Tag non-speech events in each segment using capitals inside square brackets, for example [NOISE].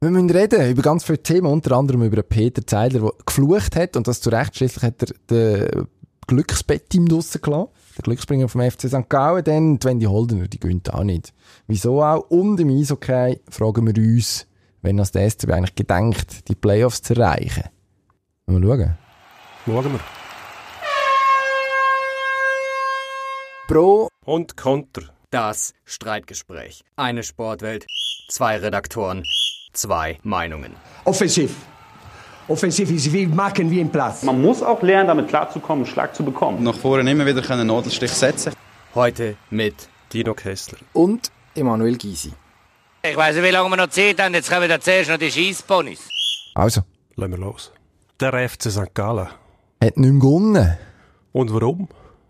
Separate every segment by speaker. Speaker 1: Wir müssen reden über ganz viele Themen, unter anderem über Peter Zeiler, der geflucht hat und das zu Recht. Schließlich hat er den Glücksbett-Team draussen gelassen. Der Glücksbringer vom FC St. Gallen, dann Wendy Holdener, die gewinnt auch nicht. Wieso auch? Und im Eishockey fragen wir uns, wenn das der SCB eigentlich gedenkt, die Playoffs zu erreichen. Mal schauen.
Speaker 2: Schauen wir.
Speaker 1: Pro
Speaker 2: Und Konter.
Speaker 3: Das Streitgespräch. Eine Sportwelt, zwei Redaktoren, zwei Meinungen.
Speaker 4: Offensiv. Offensiv ist wie machen wie im Platz.
Speaker 5: Man muss auch lernen, damit klarzukommen, einen Schlag zu bekommen.
Speaker 6: nach vorne immer wieder einen Nadelstich setzen
Speaker 3: Heute mit
Speaker 2: Dino Kessler.
Speaker 1: und Emanuel Gysi.
Speaker 7: Ich weiß nicht, wie lange wir noch Zeit haben. Jetzt kommen da zuerst noch die Scheissponys.
Speaker 1: Also,
Speaker 2: Lassen wir los. Der FC St. Gallen.
Speaker 1: hat nicht mehr gewonnen.
Speaker 2: Und warum?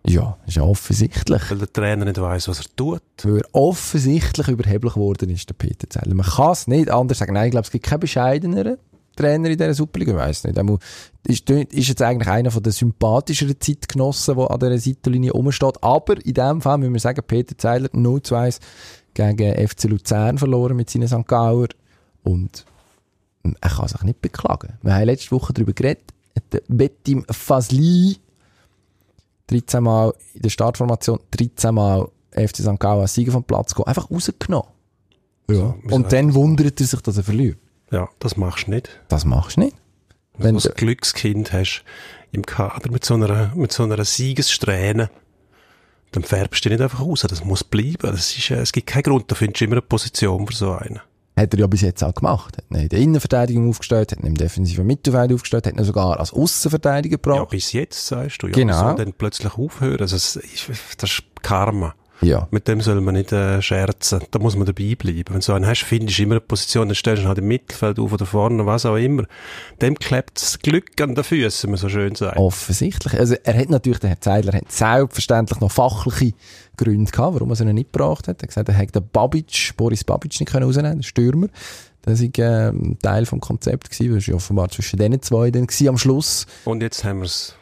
Speaker 1: Ja, ist ja offensichtlich.
Speaker 2: Weil der Trainer nicht weiß, was er tut.
Speaker 1: Weil er offensichtlich überheblich geworden ist, der Peter Zeller. Man kann es nicht anders sagen. Nein, ich glaube, es gibt keinen bescheideneren Trainer in dieser Superliga. Ich weiss nicht. Er muss- Ist, ist jetzt eigentlich einer von der sympathischeren Zeitgenossen, der an dieser Seitenlinie rumsteht. Aber in dem Fall müssen wir sagen, Peter Zeiler 0 zu 1 gegen FC Luzern verloren mit seinen St. Gauer. Und er kann sich nicht beklagen. Wir haben letzte Woche darüber geredet. Der Betim Fasli 13 Mal in der Startformation, 13 Mal FC St. Gallen als Sieger vom Platz gehen. Einfach rausgenommen. Ja.
Speaker 2: wieso
Speaker 1: Und dann wundert er sich, dass er verliert.
Speaker 2: Ja, das machst du nicht.
Speaker 1: Das machst du nicht.
Speaker 2: Wenn
Speaker 1: Wenn
Speaker 2: du
Speaker 1: du,
Speaker 2: ein Glückskind hast im Kader mit so einer, mit so einer Siegessträhne, dann färbst du dich nicht einfach aus. Das muss bleiben. Das ist, äh, es gibt keinen Grund. Da findest du immer eine Position für so einen.
Speaker 1: hat er ja bis jetzt auch gemacht. Hat ihn in der Innenverteidigung aufgestellt, hat ihn im defensiven Mittelfeld aufgestellt, hat ihn sogar als Außenverteidiger
Speaker 2: Ja,
Speaker 1: gebracht.
Speaker 2: bis jetzt, sagst du. Ja,
Speaker 1: Genau.
Speaker 2: wieso dann plötzlich aufhören. Also, das ist, das ist Karma.
Speaker 1: Ja.
Speaker 2: Mit dem soll man nicht äh, scherzen. Da muss man dabei bleiben. Wenn du so einen hast, findest du immer eine Position, dann stellst du ihn halt im Mittelfeld auf oder vorne, was auch immer. Dem klebt das Glück an den Füßen, wie man so schön sagt.
Speaker 1: Offensichtlich. Also er hat natürlich, der Herr Zeidler hat selbstverständlich noch fachliche Gründe gehabt, warum er ihn nicht gebracht hat. Er hat gesagt, er hätte den Babic, Boris Babic nicht können rausnehmen können, den Stürmer. Das war ähm, Teil vom Konzept, gewesen, weil es ja offenbar zwischen diesen zwei dann war am Schluss.
Speaker 2: Und jetzt haben wir's.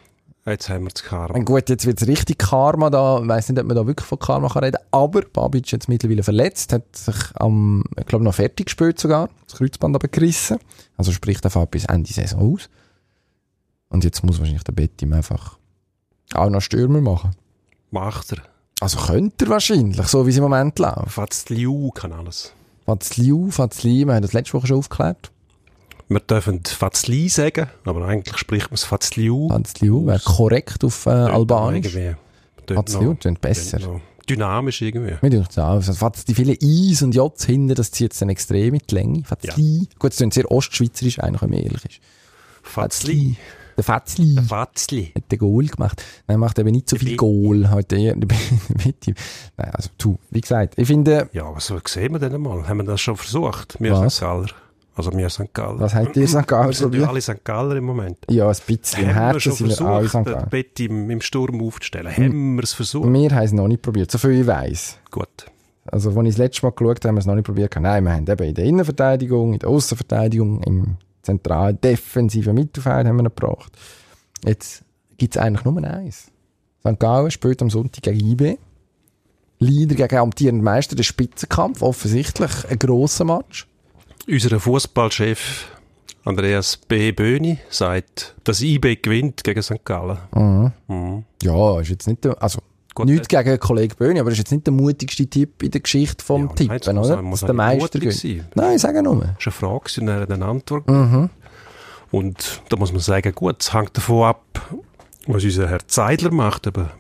Speaker 2: Jetzt haben wir das Karma.
Speaker 1: Und gut, jetzt wird's richtig Karma da. Ich weiss nicht, ob man da wirklich von Karma kann reden Aber Babic ist jetzt mittlerweile verletzt, hat sich am, ich glaube, noch fertig gespielt sogar, das Kreuzband abgerissen. Also sprich, der fährt bis Ende Saison aus. Und jetzt muss wahrscheinlich der Bettim einfach auch noch Stürmer machen.
Speaker 2: Macht er.
Speaker 1: Also könnte er wahrscheinlich, so wie es im Moment läuft.
Speaker 2: Fatz Liu kann alles.
Speaker 1: Fats Liu, Fats Li, wir haben das letzte Woche schon aufgeklärt.
Speaker 2: Wir dürfen Fatz Li sagen, aber eigentlich spricht man es Fatz Liu.
Speaker 1: Fats Liu wäre korrekt auf äh, Albanisch.
Speaker 2: Irgendwie.
Speaker 1: Fatz
Speaker 2: noch-
Speaker 1: Liu klingt besser.
Speaker 2: noch Dynamisch irgendwie.
Speaker 1: Mir denkt auch, also fast die vielen Is und Js hinten, das zieht dann extrem in die Länge. Fatzli. Gut, es klingt sehr ostschweizerisch, eigentlich, wenn man ehrlich ist.
Speaker 2: Fatzli.
Speaker 1: Der Fatzli
Speaker 2: Fatzli.
Speaker 1: hat den Goal gemacht. Nein, macht eben nicht so viel
Speaker 2: Bitte.
Speaker 1: Goal heute eher. [LAUGHS] mit ihm. Nein, also, du, wie gesagt, ich finde,
Speaker 2: Ja, was sehen wir denn mal? Haben wir das schon versucht? Wir
Speaker 1: Was?
Speaker 2: St. Galler. Also wir St. Galler.
Speaker 1: was habt ihr St. Gallen
Speaker 2: Wir sind ja
Speaker 1: probiert?
Speaker 2: alle St. Galler im Moment.
Speaker 1: Ja, ein bisschen. Im
Speaker 2: haben wir
Speaker 1: Herzen
Speaker 2: schon
Speaker 1: sind wir alle Mhm. St.
Speaker 2: versucht,
Speaker 1: Gallen.
Speaker 2: das Bett im, im Sturm aufzustellen? Haben wir es versucht?
Speaker 1: Wir haben es noch nicht probiert, so viel ich weiss.
Speaker 2: Gut.
Speaker 1: Also, als ich das letzte Mal geschaut habe, haben wir es noch nicht probiert. Nein, wir haben eben in der Innenverteidigung, in der Außenverteidigung, im zentralen defensiven Mittelfeld haben wir ihn gebracht. Jetzt gibt es eigentlich nur eins. St. Gallen spielt am Sonntag gegen IB. Leider gegen amtierenden Meister, der Spitzenkampf, offensichtlich ein grosser Match.
Speaker 2: Unser Fußballchef Andreas B. Böhni sagt, dass IB gewinnt gegen St. Gallen.
Speaker 1: Ja, ist jetzt nicht der, also,
Speaker 2: Gut, äh,
Speaker 1: nichts gegen den Kollegen Böhni, aber ist jetzt nicht der mutigste Tipp in der Geschichte vom
Speaker 2: Ja, nein, das
Speaker 1: Tippen,
Speaker 2: muss
Speaker 1: oder?
Speaker 2: auch- muss
Speaker 1: Dass
Speaker 2: auch
Speaker 1: der
Speaker 2: nicht
Speaker 1: Meister
Speaker 2: mutig sein.
Speaker 1: gewinnt. Mhm. Nein, ich sage nur.
Speaker 2: Das war eine Frage und er hat eine Antwort gegeben. Und da muss man sagen, gut, es hängt davon ab, was unser Herr Zeidler macht, aber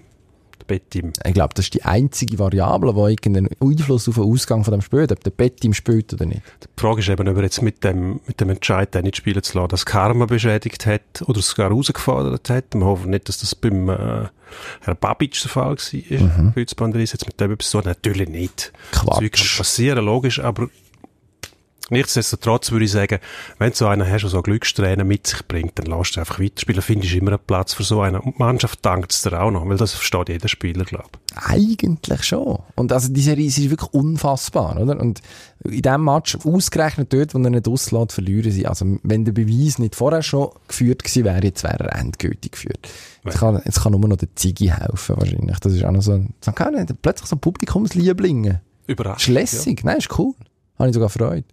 Speaker 2: der Bettim.
Speaker 1: Ich glaube, das ist die einzige Variable, die irgendeinen Einfluss auf den Ausgang von dem Spiel hat, ob der Bett im spielt oder nicht.
Speaker 2: Die Frage ist eben, ob er jetzt mit dem, mit dem Entscheid, den nicht spielen zu lassen, das Karma beschädigt hat oder es sogar herausgefordert hat. Wir hoffen nicht, dass das beim äh, Herrn Babic der Fall war. Mhm. Kreuzbandriss jetzt mit dem etwas so. Natürlich nicht.
Speaker 1: Quatsch.
Speaker 2: Zeug kann passieren, logisch, aber nichtsdestotrotz würde ich sagen, wenn du so einen hast, der so Glückssträhnen mit sich bringt, dann lass du einfach weiterspielen, findest immer einen Platz für so einen. Und die Mannschaft dankt es dir auch noch, weil das versteht jeder Spieler, glaube ich.
Speaker 1: Eigentlich schon. Und also diese Reise ist wirklich unfassbar, oder? Und in diesem Match, ausgerechnet dort, wo er nicht auslässt, verlieren sie. Also wenn der Beweis nicht vorher schon geführt gewesen wäre, jetzt wäre er endgültig geführt. Jetzt kann, jetzt kann nur noch der Ziggy helfen, wahrscheinlich. Das ist auch noch so ein, St. Gallen hat plötzlich so ein Publikumsliebling.
Speaker 2: Überraschend.
Speaker 1: Ist lässig. Nein, ist cool. Habe ich sogar Freude.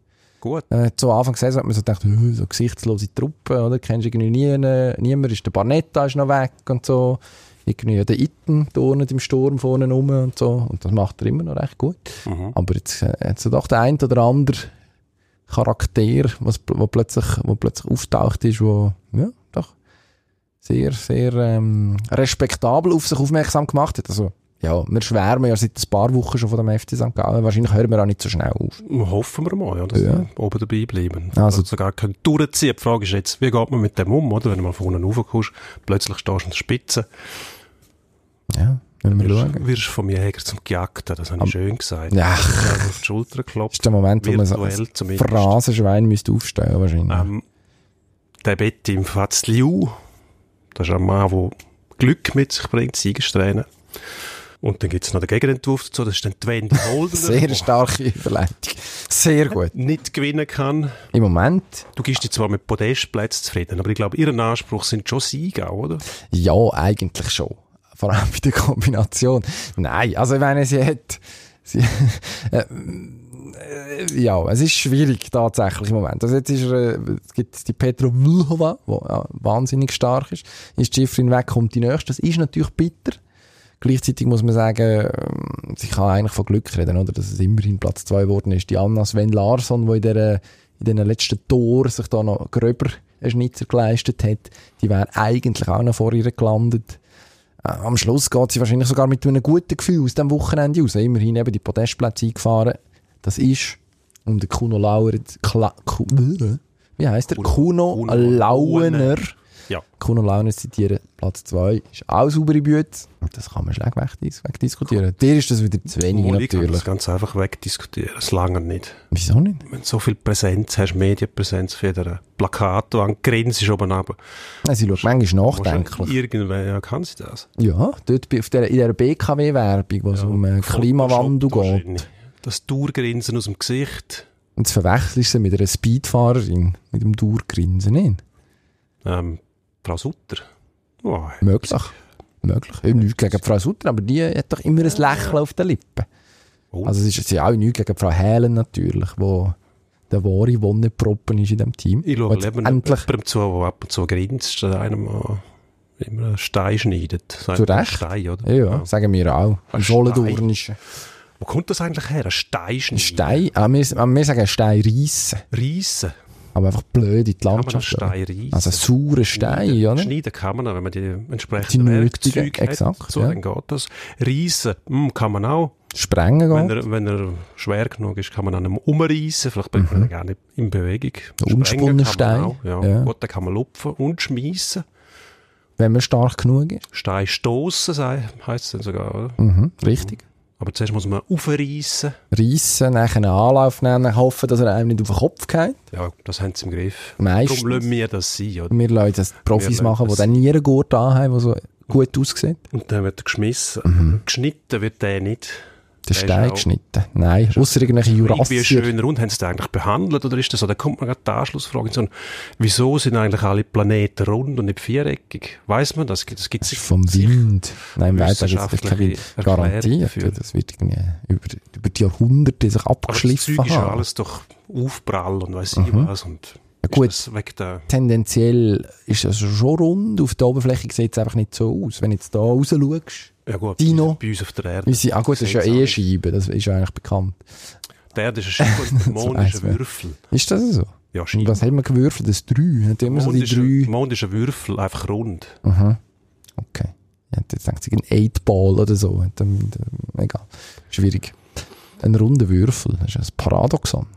Speaker 2: Gut.
Speaker 1: Äh, zu Anfang der Saison hat man so gedacht, «Hö, so gesichtslose Truppen, oder? Kennst irgendwie nie, äh, niemand, ist der Barnetta ist noch weg und so. Irgendwie der Itten turnt im Sturm vorne rum und so. Und das macht er immer noch recht gut. Aber jetzt äh, hat es doch den einen oder anderen Charakter, was, pl- wo plötzlich, wo plötzlich auftaucht ist, wo, ja, doch, sehr, sehr ähm, respektabel auf sich aufmerksam gemacht hat. Also, ja, wir schwärmen ja seit ein paar Wochen schon von dem FC St. Gallen. Wahrscheinlich hören wir auch nicht so schnell auf.
Speaker 2: Hoffen wir mal, ja, dass
Speaker 1: Ja.
Speaker 2: die oben dabei bleiben.
Speaker 1: Also-
Speaker 2: Also Oder sogar können durchziehen. Die Frage ist jetzt, wie geht man mit dem um, oder? Wenn du mal von unten raufkommst, plötzlich stehst du an der Spitze.
Speaker 1: Ja, wenn wir schauen.
Speaker 2: Wirst, wirst vom Jäger zum Gejagten, das habe ich schön gesagt.
Speaker 1: Ja.
Speaker 2: Ich habe auf die Schulter geklopft.
Speaker 1: Das ist der Moment, wo man so
Speaker 2: Virtuell
Speaker 1: ein
Speaker 2: zumindest.
Speaker 1: Phrasenschwein müsste aufstellen wahrscheinlich.
Speaker 2: Ähm, der Betty im Fazliu, das ist ein Mann, der Glück mit sich bringt, Siegesträhne. Und dann gibt es noch den Gegenentwurf dazu, das ist dann die Wendy
Speaker 1: [LAUGHS] [LAUGHS]
Speaker 2: Holden,
Speaker 1: Sehr starke Überleitung. Sehr gut.
Speaker 2: nicht gewinnen kann.
Speaker 1: Im Moment,
Speaker 2: Du gibst dich zwar mit Podestplätzen zufrieden, aber ich glaube, ihren Anspruch sind schon Sieger, oder?
Speaker 1: ja, eigentlich schon. Vor allem bei der Kombination. Nein, also ich meine, sie hat... Sie, äh, äh, ja, es ist schwierig tatsächlich im Moment. Also jetzt ist, er, äh, es gibt die Petro Vlhova, die ja, wahnsinnig stark ist. Ist die Schifferin weg, kommt die nächste. Das ist natürlich bitter. Gleichzeitig muss man sagen, ähm, sie kann eigentlich von Glück reden, oder? Dass es immerhin Platz 2 geworden ist. Die Anna Sven Larsson, die in, der, in den letzten Toren sich da noch gröber einen Schnitzer geleistet hat, die wäre eigentlich auch noch vor ihr gelandet. Äh, Am Schluss geht sie wahrscheinlich sogar mit einem guten Gefühl aus dem Wochenende raus. Immerhin eben die Podestplätze eingefahren. Das ist, um den Kuno Lauer, Kla, Ku, äh, wie heißt der? Kuno,
Speaker 2: Kuno
Speaker 1: Lauener.
Speaker 2: Ja.
Speaker 1: Kuno Launer zitieren, Platz 2 ist auch saubere Bütze. Das kann man schlecht wegdis- wegdiskutieren. Dir ist das wieder zu wenig,
Speaker 2: Obwohl, Ich kann
Speaker 1: natürlich.
Speaker 2: das ganz einfach wegdiskutieren, es lange nicht.
Speaker 1: Wieso nicht?
Speaker 2: Wenn du so viel Präsenz hast, Medienpräsenz für ein Plakat, wo ein Grinsen ist oben runter.
Speaker 1: Nein, sie schaut manchmal
Speaker 2: Wahrscheinlich
Speaker 1: nachdenklich.
Speaker 2: Irgendwann ja, kann sie das.
Speaker 1: Ja, dort bei- auf der, in der BKW-Werbung, wo es um äh, Klimawandel
Speaker 2: Photoshop
Speaker 1: geht.
Speaker 2: wahrscheinlich. Das Durgrinsen aus dem Gesicht.
Speaker 1: Und jetzt verwechselst du sie mit einer Speedfahrerin, mit dem Durgrinsen. Nicht?
Speaker 2: Ähm, Frau Sutter. Oh,
Speaker 1: Möglich. Möglich. Ich habe nichts gegen Frau Sutter, aber die hat doch immer ein Lächeln auf den Lippen.
Speaker 2: Oh.
Speaker 1: Also es ist sie auch nichts gegen Frau Helen natürlich, wo der wahre Wonneproppen ist in diesem Team.
Speaker 2: ich
Speaker 1: Wo
Speaker 2: schaue
Speaker 1: jetzt
Speaker 2: lieber
Speaker 1: endlich
Speaker 2: jemandem zu, der ab und zu grinst, statt einem, der immer einen Stein schneidet. Sagt
Speaker 1: Zu
Speaker 2: man
Speaker 1: Recht.
Speaker 2: Stein, oder?
Speaker 1: Ja, sagen wir auch. Ein Sollendurnischen.
Speaker 2: Wo kommt das eigentlich her? Ein Stein
Speaker 1: Ein
Speaker 2: schneiden?
Speaker 1: Stein, ah, wir, ah, wir sagen Stein reissen,
Speaker 2: Reissen.
Speaker 1: aber einfach blöd in die
Speaker 2: Kann man einen
Speaker 1: Landschaft.
Speaker 2: Stein reissen?
Speaker 1: also sauren Stein, oder?
Speaker 2: Äh, Schneiden kann man, auch, wenn man die
Speaker 1: ne? Die
Speaker 2: entsprechenden
Speaker 1: nötigen,
Speaker 2: Werkzeuge
Speaker 1: exakt,
Speaker 2: hat. So,
Speaker 1: ja.
Speaker 2: dann geht das. Reissen hm, kann man auch.
Speaker 1: Sprengen
Speaker 2: Wenn
Speaker 1: geht.
Speaker 2: er, wenn er schwer genug ist, kann man an einem umreißen. Vielleicht bringt man ihn gar nicht in Bewegung. Sprengen
Speaker 1: unspunner
Speaker 2: kann man
Speaker 1: Mhm. Stein.
Speaker 2: auch, Ja.
Speaker 1: Ja.
Speaker 2: Gut, dann kann man lupfen und schmeißen.
Speaker 1: Wenn man stark genug ist.
Speaker 2: Stein stoßen, heisst es dann sogar. Oder?
Speaker 1: Mhm, richtig.
Speaker 2: Aber zuerst muss man aufreißen.
Speaker 1: Reissen, nachher einen Anlauf nehmen, hoffen, dass er einem nicht auf den Kopf geht.
Speaker 2: Ja, das haben sie im Griff.
Speaker 1: Meistens. Mhm.
Speaker 2: Darum lassen wir das sein. Oder?
Speaker 1: Wir lassen das die
Speaker 2: Wir
Speaker 1: Profis
Speaker 2: lassen
Speaker 1: machen, die
Speaker 2: das.
Speaker 1: dann nie einen Gurt anhaben, der so gut aussieht.
Speaker 2: Und dann wird er geschmissen.
Speaker 1: Mhm.
Speaker 2: Geschnitten wird der nicht.
Speaker 1: Der
Speaker 2: ist
Speaker 1: Stein
Speaker 2: auch-
Speaker 1: geschnitten. Nein, außer irgendwelche
Speaker 2: Irgendwie
Speaker 1: Jurassier.
Speaker 2: schöner und haben sie den eigentlich behandelt oder ist das so? Da kommt man gerade die Anschlussfrage so, wieso sind eigentlich alle Planeten rund und nicht viereckig? Weiß man das? Das gibt
Speaker 1: Das
Speaker 2: es
Speaker 1: ist vom Wind. Nein, im Weltall gibt es
Speaker 2: wissenschaftliche
Speaker 1: keine Wind.
Speaker 2: Erklärung
Speaker 1: Garantiert.
Speaker 2: dafür.
Speaker 1: Das wird irgendwie über, über die Jahrhunderte sich
Speaker 2: Aber das
Speaker 1: abgeschliffen
Speaker 2: Zeug ist ja
Speaker 1: haben.
Speaker 2: alles doch Aufprall und weiß ich was. Und ist
Speaker 1: Mhm. gut.
Speaker 2: Das weg der
Speaker 1: tendenziell ist es schon rund. Auf der Oberfläche sieht es einfach nicht so aus. Wenn du jetzt da raus schaust,
Speaker 2: ja gut,
Speaker 1: Dino.
Speaker 2: bei uns auf der Erde.
Speaker 1: wie sie, ah gut, das ist ja
Speaker 2: Sieht's
Speaker 1: eh eine
Speaker 2: auch nicht.
Speaker 1: Scheibe, das ist ja eigentlich bekannt.
Speaker 2: Der Erde ist ein
Speaker 1: [LAUGHS]
Speaker 2: Schiff und der Mond
Speaker 1: weiss
Speaker 2: ist
Speaker 1: man.
Speaker 2: ein Würfel.
Speaker 1: Ist das so?
Speaker 2: Ja,
Speaker 1: Und
Speaker 2: Scheibe.
Speaker 1: was haben wir gewürfelt? Das 3. Hat immer so
Speaker 2: Mond
Speaker 1: die Mhm.
Speaker 2: ist, ein,
Speaker 1: 3.
Speaker 2: Mond ist ein Würfel, einfach rund.
Speaker 1: Okay. Ich hätte jetzt gedacht, sie ein 8-Ball oder so. Hat dann- dann- Egal. Schwierig. Ein runder Würfel, das ist ein Paradoxon.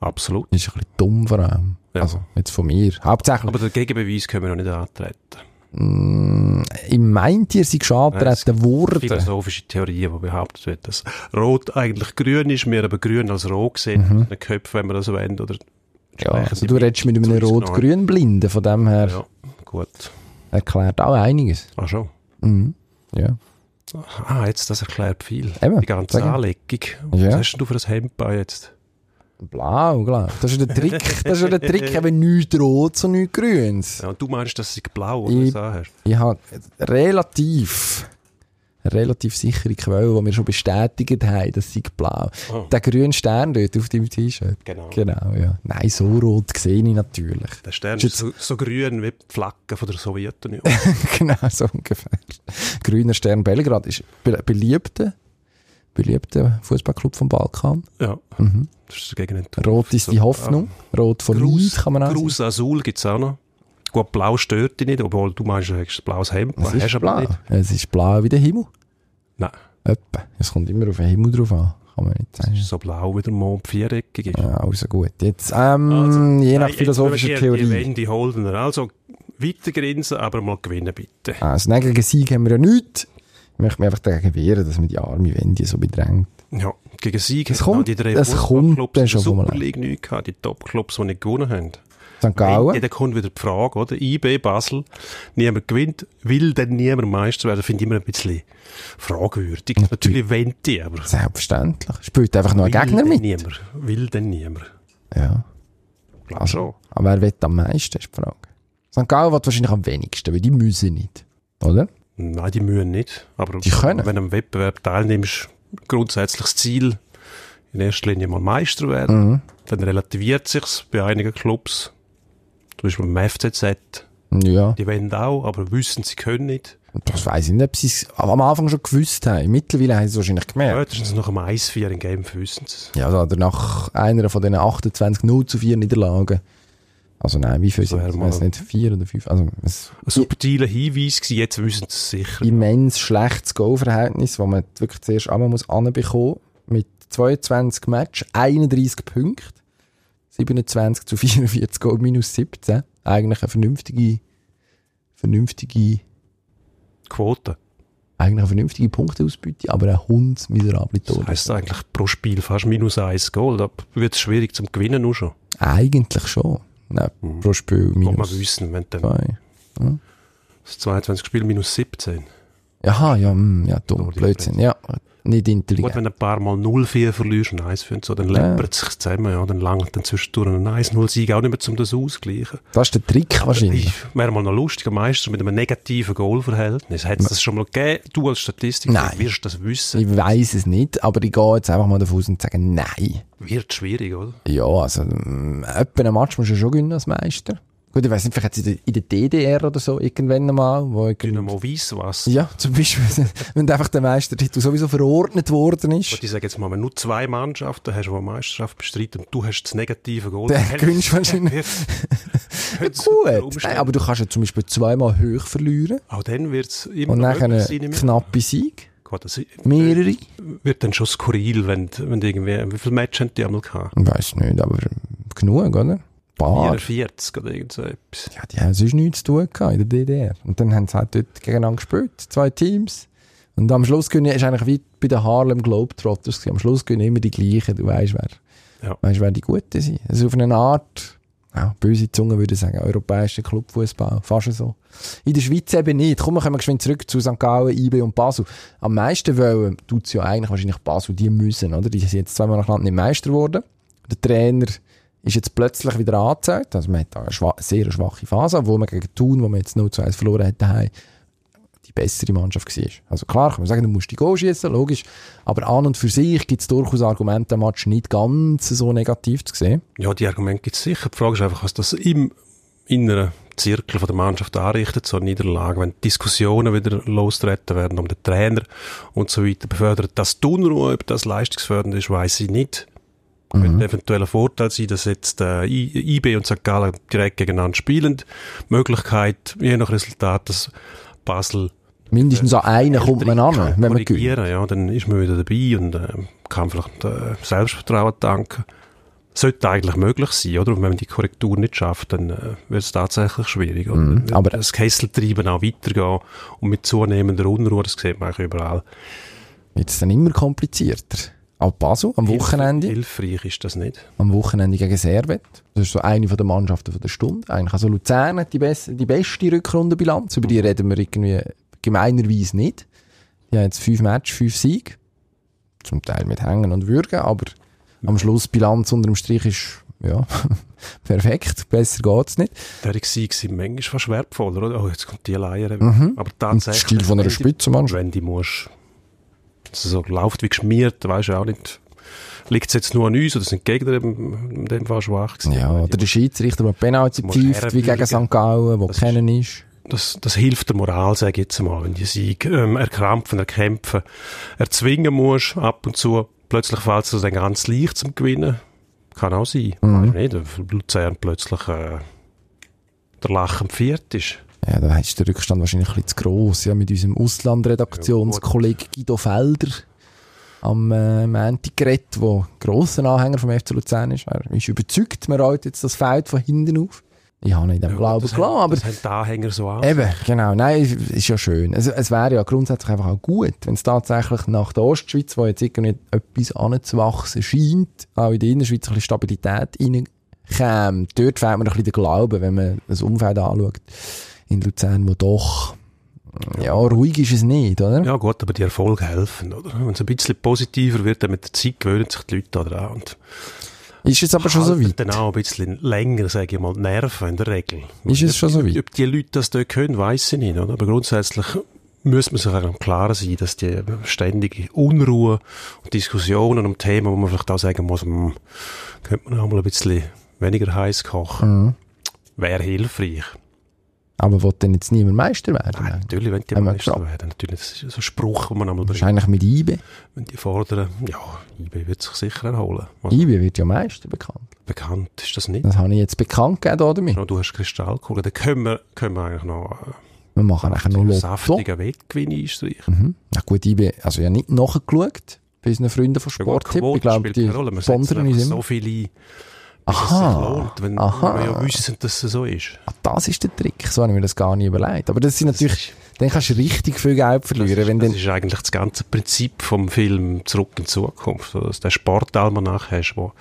Speaker 2: Absolut.
Speaker 1: Das ist ein bisschen dumm vor allem.
Speaker 2: Ja.
Speaker 1: Also, jetzt von mir. Hauptsächlich.
Speaker 2: Aber den Gegenbeweis können wir noch nicht antreten.
Speaker 1: ich meinte, ihr seid schon angetreten worden.
Speaker 2: Philosophische Theorien, die behauptet wird, dass Rot eigentlich grün ist, wir aber grün als Rot sehen, mhm. den Köpfen, wenn wir das wollen. Oder
Speaker 1: Ja, also
Speaker 2: entsprechende
Speaker 1: du redest mit einem
Speaker 2: Zu uns
Speaker 1: Rot-Grün-Blinden, von dem her
Speaker 2: Ja, gut.
Speaker 1: erklärt auch einiges.
Speaker 2: Ach schon.
Speaker 1: Ja.
Speaker 2: Ah, jetzt, das erklärt viel.
Speaker 1: Eben,
Speaker 2: die ganze
Speaker 1: sag ich.
Speaker 2: Anlegung.
Speaker 1: Ja.
Speaker 2: Was hast denn du für ein Hemd bei jetzt?
Speaker 1: Blau, klar. Das ist ja der Trick. Das ist ja der
Speaker 2: [LAUGHS]
Speaker 1: Trick, eben nichts Rot, so nichts Grünes.
Speaker 2: Ja, und du meinst, dass sie blau oder
Speaker 1: Ich-
Speaker 2: so hast?
Speaker 1: Ich habe relativ, relativ sichere Quelle, die mir schon bestätigt haben, das sei blau. Der grüne Stern dort auf deinem T-Shirt.
Speaker 2: Oh. Genau.
Speaker 1: Genau, ja. Nein, so rot sehe ich natürlich.
Speaker 2: Der Stern
Speaker 1: Ist
Speaker 2: ist
Speaker 1: jetzt-
Speaker 2: so, so grün wie die Flagge von der Sowjetunion.
Speaker 1: [LAUGHS] genau, so ungefähr. Grüner Stern Belgrad ist be beliebter, beliebter Fußballclub vom Balkan.
Speaker 2: ja. Das ist gegen den
Speaker 1: Mhm. Rot ist die Hoffnung. Rot von Grus, kann man auch sagen.
Speaker 2: Grus Azul gibt es auch noch. Gut, blau stört dich nicht, obwohl du meinst, du hast ein blaues Hemd.
Speaker 1: Es
Speaker 2: hast
Speaker 1: ist
Speaker 2: aber
Speaker 1: blau.
Speaker 2: nicht.
Speaker 1: Es ist blau wie der Himmel.
Speaker 2: Nein,
Speaker 1: Etwa. Es kommt immer auf den Himmel drauf an. Kann man nicht
Speaker 2: es
Speaker 1: sagen.
Speaker 2: ist so blau wie der Mond viereckig ist.
Speaker 1: Ja, also gut. Jetzt, ähm,
Speaker 2: Also,
Speaker 1: je nach
Speaker 2: Nein, jetzt
Speaker 1: philosophischer
Speaker 2: kommen wir hier Die
Speaker 1: Theorie.
Speaker 2: Wendy Holdener. Also weiter grinsen, aber mal gewinnen bitte.
Speaker 1: Also, nein, gegen Sieg haben wir ja nichts. Ich möchte mich einfach dagegen wehren, dass man die arme Wendy so bedrängt.
Speaker 2: Ja, gegen Sieg
Speaker 1: Es
Speaker 2: hätten auch
Speaker 1: kommt-
Speaker 2: die drei
Speaker 1: es
Speaker 2: Fußballclubs
Speaker 1: kommt dann
Speaker 2: in der
Speaker 1: schon mal
Speaker 2: Super League nicht gehabt, die Top-Clubs, die nicht gewonnen haben.
Speaker 1: St.
Speaker 2: Ja,
Speaker 1: Gallen?
Speaker 2: dann kommt wieder die Frage, oder? IB, Basel, niemand gewinnt, will denn niemand Meister werden, finde ich immer ein bisschen fragwürdig. Natürlich wollen die, aber
Speaker 1: Selbstverständlich. Spielt einfach nur ein Gegner
Speaker 2: denn
Speaker 1: mit.
Speaker 2: niemand? Will denn niemand?
Speaker 1: Ja.
Speaker 2: Glaub schon.
Speaker 1: Also, aber wer will am meisten, ist die Frage. St. Gallen will wahrscheinlich am wenigsten, weil die müssen nicht. Oder?
Speaker 2: Nein, die müssen nicht. Aber
Speaker 1: Die können.
Speaker 2: wenn du am Wettbewerb teilnimmst, grundsätzlich das Ziel, in erster Linie mal Meister werden,
Speaker 1: Mhm.
Speaker 2: dann relativiert sich's bei einigen Clubs. Zum Beispiel beim FCZ.
Speaker 1: Ja.
Speaker 2: Die wollen auch, aber wissen, sie können nicht.
Speaker 1: Das weiss ich nicht, ob sie es am Anfang schon gewusst haben. Mittlerweile haben sie es wahrscheinlich gemerkt.
Speaker 2: Spätestens nach dem 1-4 in Game wissen sie's.
Speaker 1: Ja, also nach einer von diesen 28 0 zu 4 Niederlagen. Also nein, wie viel sind
Speaker 2: wäre
Speaker 1: es? Ich
Speaker 2: mal-
Speaker 1: weiss nicht, vier oder fünf. Also ein
Speaker 2: Ein subtiler Hinweis gewesen, jetzt wissen sie es sicher.
Speaker 1: immens schlechtes Goalverhältnis, das man wirklich zuerst einmal muss anbekommen Mit 22 Matches, 31 Punkte, 27 zu 44 Goal minus 17. Eigentlich eine vernünftige, vernünftige,
Speaker 2: Quote.
Speaker 1: eigentlich eine vernünftige Punkteausbeute, aber ein Hund miserable
Speaker 2: Das
Speaker 1: Tore.
Speaker 2: heisst eigentlich pro Spiel fast minus eins Goal. Da wird es schwierig zum Gewinnen nur schon.
Speaker 1: Eigentlich schon. Nein, pro Spiel
Speaker 2: Muss man
Speaker 1: minus
Speaker 2: wissen, wenn dann
Speaker 1: 2.
Speaker 2: das 22 Spiel minus 17.
Speaker 1: Aha, ja, mm, ja, dumm,
Speaker 2: Nur die
Speaker 1: Blödsinn, ja. Nicht
Speaker 2: Gut,
Speaker 1: intelligent.
Speaker 2: wenn du ein paar Mal 0-4 verlierst und 1 5 so, dann läppert es sich zusammen, ja, dann langt dann zwischendurch ein 1-0-Sieg auch nicht mehr, um das auszugleichen.
Speaker 1: Das ist der Trick wahrscheinlich.
Speaker 2: Ich- Wäre mal noch lustiger Meister mit einem negativen Goalverhältnis. Hätte es das schon mal gegeben? Du als Statistik
Speaker 1: Nein.
Speaker 2: wirst das wissen.
Speaker 1: Ich weiß es nicht, aber ich gehe jetzt einfach mal davon aus und sage nein.
Speaker 2: Wird schwierig, oder?
Speaker 1: Ja, also, mm, etwa einen Match musst du schon gewinnen als Meister. Gut, ich weiß nicht, vielleicht hat es in der DDR oder so irgendwann mal, wo ich,
Speaker 2: Dynamo Weisswasser.
Speaker 1: ja, zum Beispiel, [LAUGHS] wenn einfach der Meistertitel sowieso verordnet worden ist,
Speaker 2: Und ich sage jetzt mal, wenn du zwei Mannschaften hast, die eine Meisterschaft bestreiten und du hast das negative Goal,
Speaker 1: dann gewinnst du wahrscheinlich. Gut,
Speaker 2: Umständen.
Speaker 1: nein, aber du kannst ja zum Beispiel zweimal hoch verlieren
Speaker 2: Auch dann wird es immer
Speaker 1: und
Speaker 2: noch
Speaker 1: nachher
Speaker 2: möglich
Speaker 1: einen
Speaker 2: im-
Speaker 1: knappen Sieg.
Speaker 2: Gut, das
Speaker 1: Mehrere. Ich
Speaker 2: wird dann schon skurril, wenn, wenn du irgendwie, wie viele Matches haben die einmal gehabt?
Speaker 1: weiß nicht, aber genug, oder? Ein Paar.
Speaker 2: 44 oder irgend so etwas.
Speaker 1: Ja, die haben sonst nichts zu tun gehabt in der DDR. Und dann haben sie halt dort gegeneinander gespielt, zwei Teams. Und am Schluss gewinnen, ist eigentlich wie bei den Harlem Globetrotters. gewesen. Am Schluss gewinnen immer die gleichen. Du weißt, wer,
Speaker 2: Ja.
Speaker 1: weißt, wer die Guten sind. Also auf eine Art, ja, böse Zunge würde sagen, europäischer Clubfußball. Fast so. In der Schweiz eben nicht. Komm, wir kommen geschwind zurück zu St. Gallen, IB und Basel. Am meisten wollen tut's ja eigentlich wahrscheinlich Basel. Die müssen, oder? Die sind jetzt zweimal nacheinander nicht Meister geworden. Der Trainer ist jetzt plötzlich wieder angezeigt. Also man hat da eine schwa sehr schwache Phase, obwohl man gegen Thun, wo man jetzt 0 zu 1 verloren hat, daheim die bessere Mannschaft war. Also klar, kann man sagen, du musst die Goal schießen, logisch. Aber an und für sich gibt es durchaus Argumente, den Match nicht ganz so negativ zu sehen.
Speaker 2: Ja, die Argumente gibt es sicher. Die Frage ist einfach, was das im inneren Zirkel von der Mannschaft anrichtet, so eine Niederlage, wenn Diskussionen wieder losgetreten werden um den Trainer und so weiter befördert. Das die Unruhe, ob das leistungsfördernd ist, weiß ich nicht. Könnte eventuell ein Vorteil sein, dass jetzt äh, I- IB und St. Gallen direkt gegeneinander spielen. Möglichkeit, je nach Resultat, dass Basel
Speaker 1: Mindestens an einen kommt man an, wenn man gewinnt.
Speaker 2: korrigieren, ja, dann ist man wieder dabei und äh, kann vielleicht äh, Selbstvertrauen tanken. Sollte eigentlich möglich sein, oder? Und wenn man die Korrektur nicht schafft, dann äh, wird es tatsächlich schwierig. Oder? Dann wird
Speaker 1: Mhm, aber-
Speaker 2: das Kesseltreiben auch weitergehen und mit zunehmender Unruhe, das sieht man eigentlich überall.
Speaker 1: Wird es dann immer komplizierter. Auch Basel am Wochenende.
Speaker 2: Hilf- Hilfreich ist das nicht.
Speaker 1: am Wochenende gegen Servet. Das ist so eine von der Mannschaften von der Stunde. Eigentlich also Luzern hat die, bess- die beste Rückrundenbilanz. Über die reden wir irgendwie gemeinerweise nicht. Die haben jetzt fünf Matches, fünf Siege. Mhm. Zum Teil mit Hängen und Würgen, aber am Schluss die Bilanz unter dem Strich ist, ja, [LAUGHS] Perfekt, besser geht's nicht.
Speaker 2: Der war manchmal fast wertvoller, oder? Oh, jetzt kommt die Leier. Mhm. Aber tatsächlich.
Speaker 1: Stil von einer
Speaker 2: wenn die-
Speaker 1: Spitzenmannschaft.
Speaker 2: Wenn die musst. Dass es so läuft wie geschmiert, weißt du auch nicht. Liegt es jetzt nur an uns oder sind die Gegner eben in dem Fall schwach gewesen?
Speaker 1: Ja, oder der Schiedsrichter, der die Penalty
Speaker 2: Muss
Speaker 1: pfeift, wie gegen
Speaker 2: herbeugen.
Speaker 1: St. Gallen, wo kennen ist.
Speaker 2: das, das hilft der Moral, sage ich jetzt mal, wenn die Sieg ähm, erkrampfen, erkämpfen, erzwingen musst, ab und zu. Plötzlich fällt es dir dann ganz leicht zum Gewinnen. Kann auch sein. Mhm. Nicht, wenn Luzern plötzlich äh, der Lachen viert ist.
Speaker 1: Ja, da ist der Rückstand wahrscheinlich ein bisschen zu gross. Ja, mit unserem Auslandredaktionskollegen Guido Felder am äh, Montag geredet, der grosser Anhänger vom FC Luzern ist. Er ist überzeugt, man rollt jetzt das Feld von hinten auf. Ich habe nicht den Glauben
Speaker 2: das
Speaker 1: klar,
Speaker 2: haben,
Speaker 1: aber
Speaker 2: Das haben die Anhänger so an.
Speaker 1: Eben, genau. Nein, ist ja schön. Es, es wäre ja grundsätzlich einfach auch gut, wenn es tatsächlich nach der Ostschweiz, wo jetzt irgendwie etwas anzuwachsen scheint, auch in der Innerschweiz ein bisschen Stabilität reinkäme. Dort fehlt mir noch ein bisschen der Glaube, wenn man das Umfeld anschaut in Luzern, wo doch, ja, ruhig ist es nicht, oder?
Speaker 2: Ja gut, aber die Erfolge helfen, oder? Wenn es ein bisschen positiver wird, dann mit der Zeit gewöhnen sich die Leute daran. Und
Speaker 1: Ist jetzt aber schon so
Speaker 2: halten
Speaker 1: weit.
Speaker 2: dann auch ein bisschen länger, sage ich mal, die Nerven in der Regel.
Speaker 1: Ist es schon so weit?
Speaker 2: Ob die Leute das dort können, weiss ich nicht. Oder? Aber grundsätzlich muss man sich auch im Klaren sein, dass die ständige Unruhe und Diskussionen um Themen, wo man vielleicht auch sagen muss, hm, könnte man auch mal ein bisschen weniger heiß kochen,
Speaker 1: Mhm.
Speaker 2: wäre hilfreich.
Speaker 1: Aber will denn jetzt niemand Meister werden?
Speaker 2: Nein, natürlich, wenn die
Speaker 1: Haben wir
Speaker 2: Meister
Speaker 1: gesagt.
Speaker 2: werden. Natürlich, das ist so ein Spruch, den man einmal bringt.
Speaker 1: Wahrscheinlich mit IBE.
Speaker 2: Wenn die fordern, ja, IB wird sich sicher erholen. Was
Speaker 1: IBE wird ja Meister bekannt.
Speaker 2: bekannt ist das nicht.
Speaker 1: Das habe ich jetzt bekannt gegeben, oder?
Speaker 2: Ja, Du hast Kristallkugel, da können wir, können wir eigentlich noch
Speaker 1: Wir machen nachher noch
Speaker 2: einen
Speaker 1: Lotto.
Speaker 2: saftigen Wettgewinn einstreichen.
Speaker 1: Na gut, ich bin, also ich habe nicht nachgeschaut bei unseren Freunden von Sporttipp. Ich glaube,
Speaker 2: spielt
Speaker 1: die
Speaker 2: keine Rolle. Man setzt
Speaker 1: sponsern
Speaker 2: einfach
Speaker 1: uns
Speaker 2: so
Speaker 1: immer.
Speaker 2: viele, bis es sich
Speaker 1: Aha.
Speaker 2: lohnt, wenn
Speaker 1: Aha.
Speaker 2: wir ja wissen, dass es so ist.
Speaker 1: Ah, Das ist der Trick. So habe ich mir das gar nicht überlegt. Aber das sind natürlich, dann kannst du richtig viel Geld
Speaker 2: Das,
Speaker 1: verlieren, wenn
Speaker 2: ist,
Speaker 1: dann,
Speaker 2: das ist eigentlich das ganze Prinzip vom Film Zurück in die Zukunft, oder? dass du den Sportalmanach hast, wo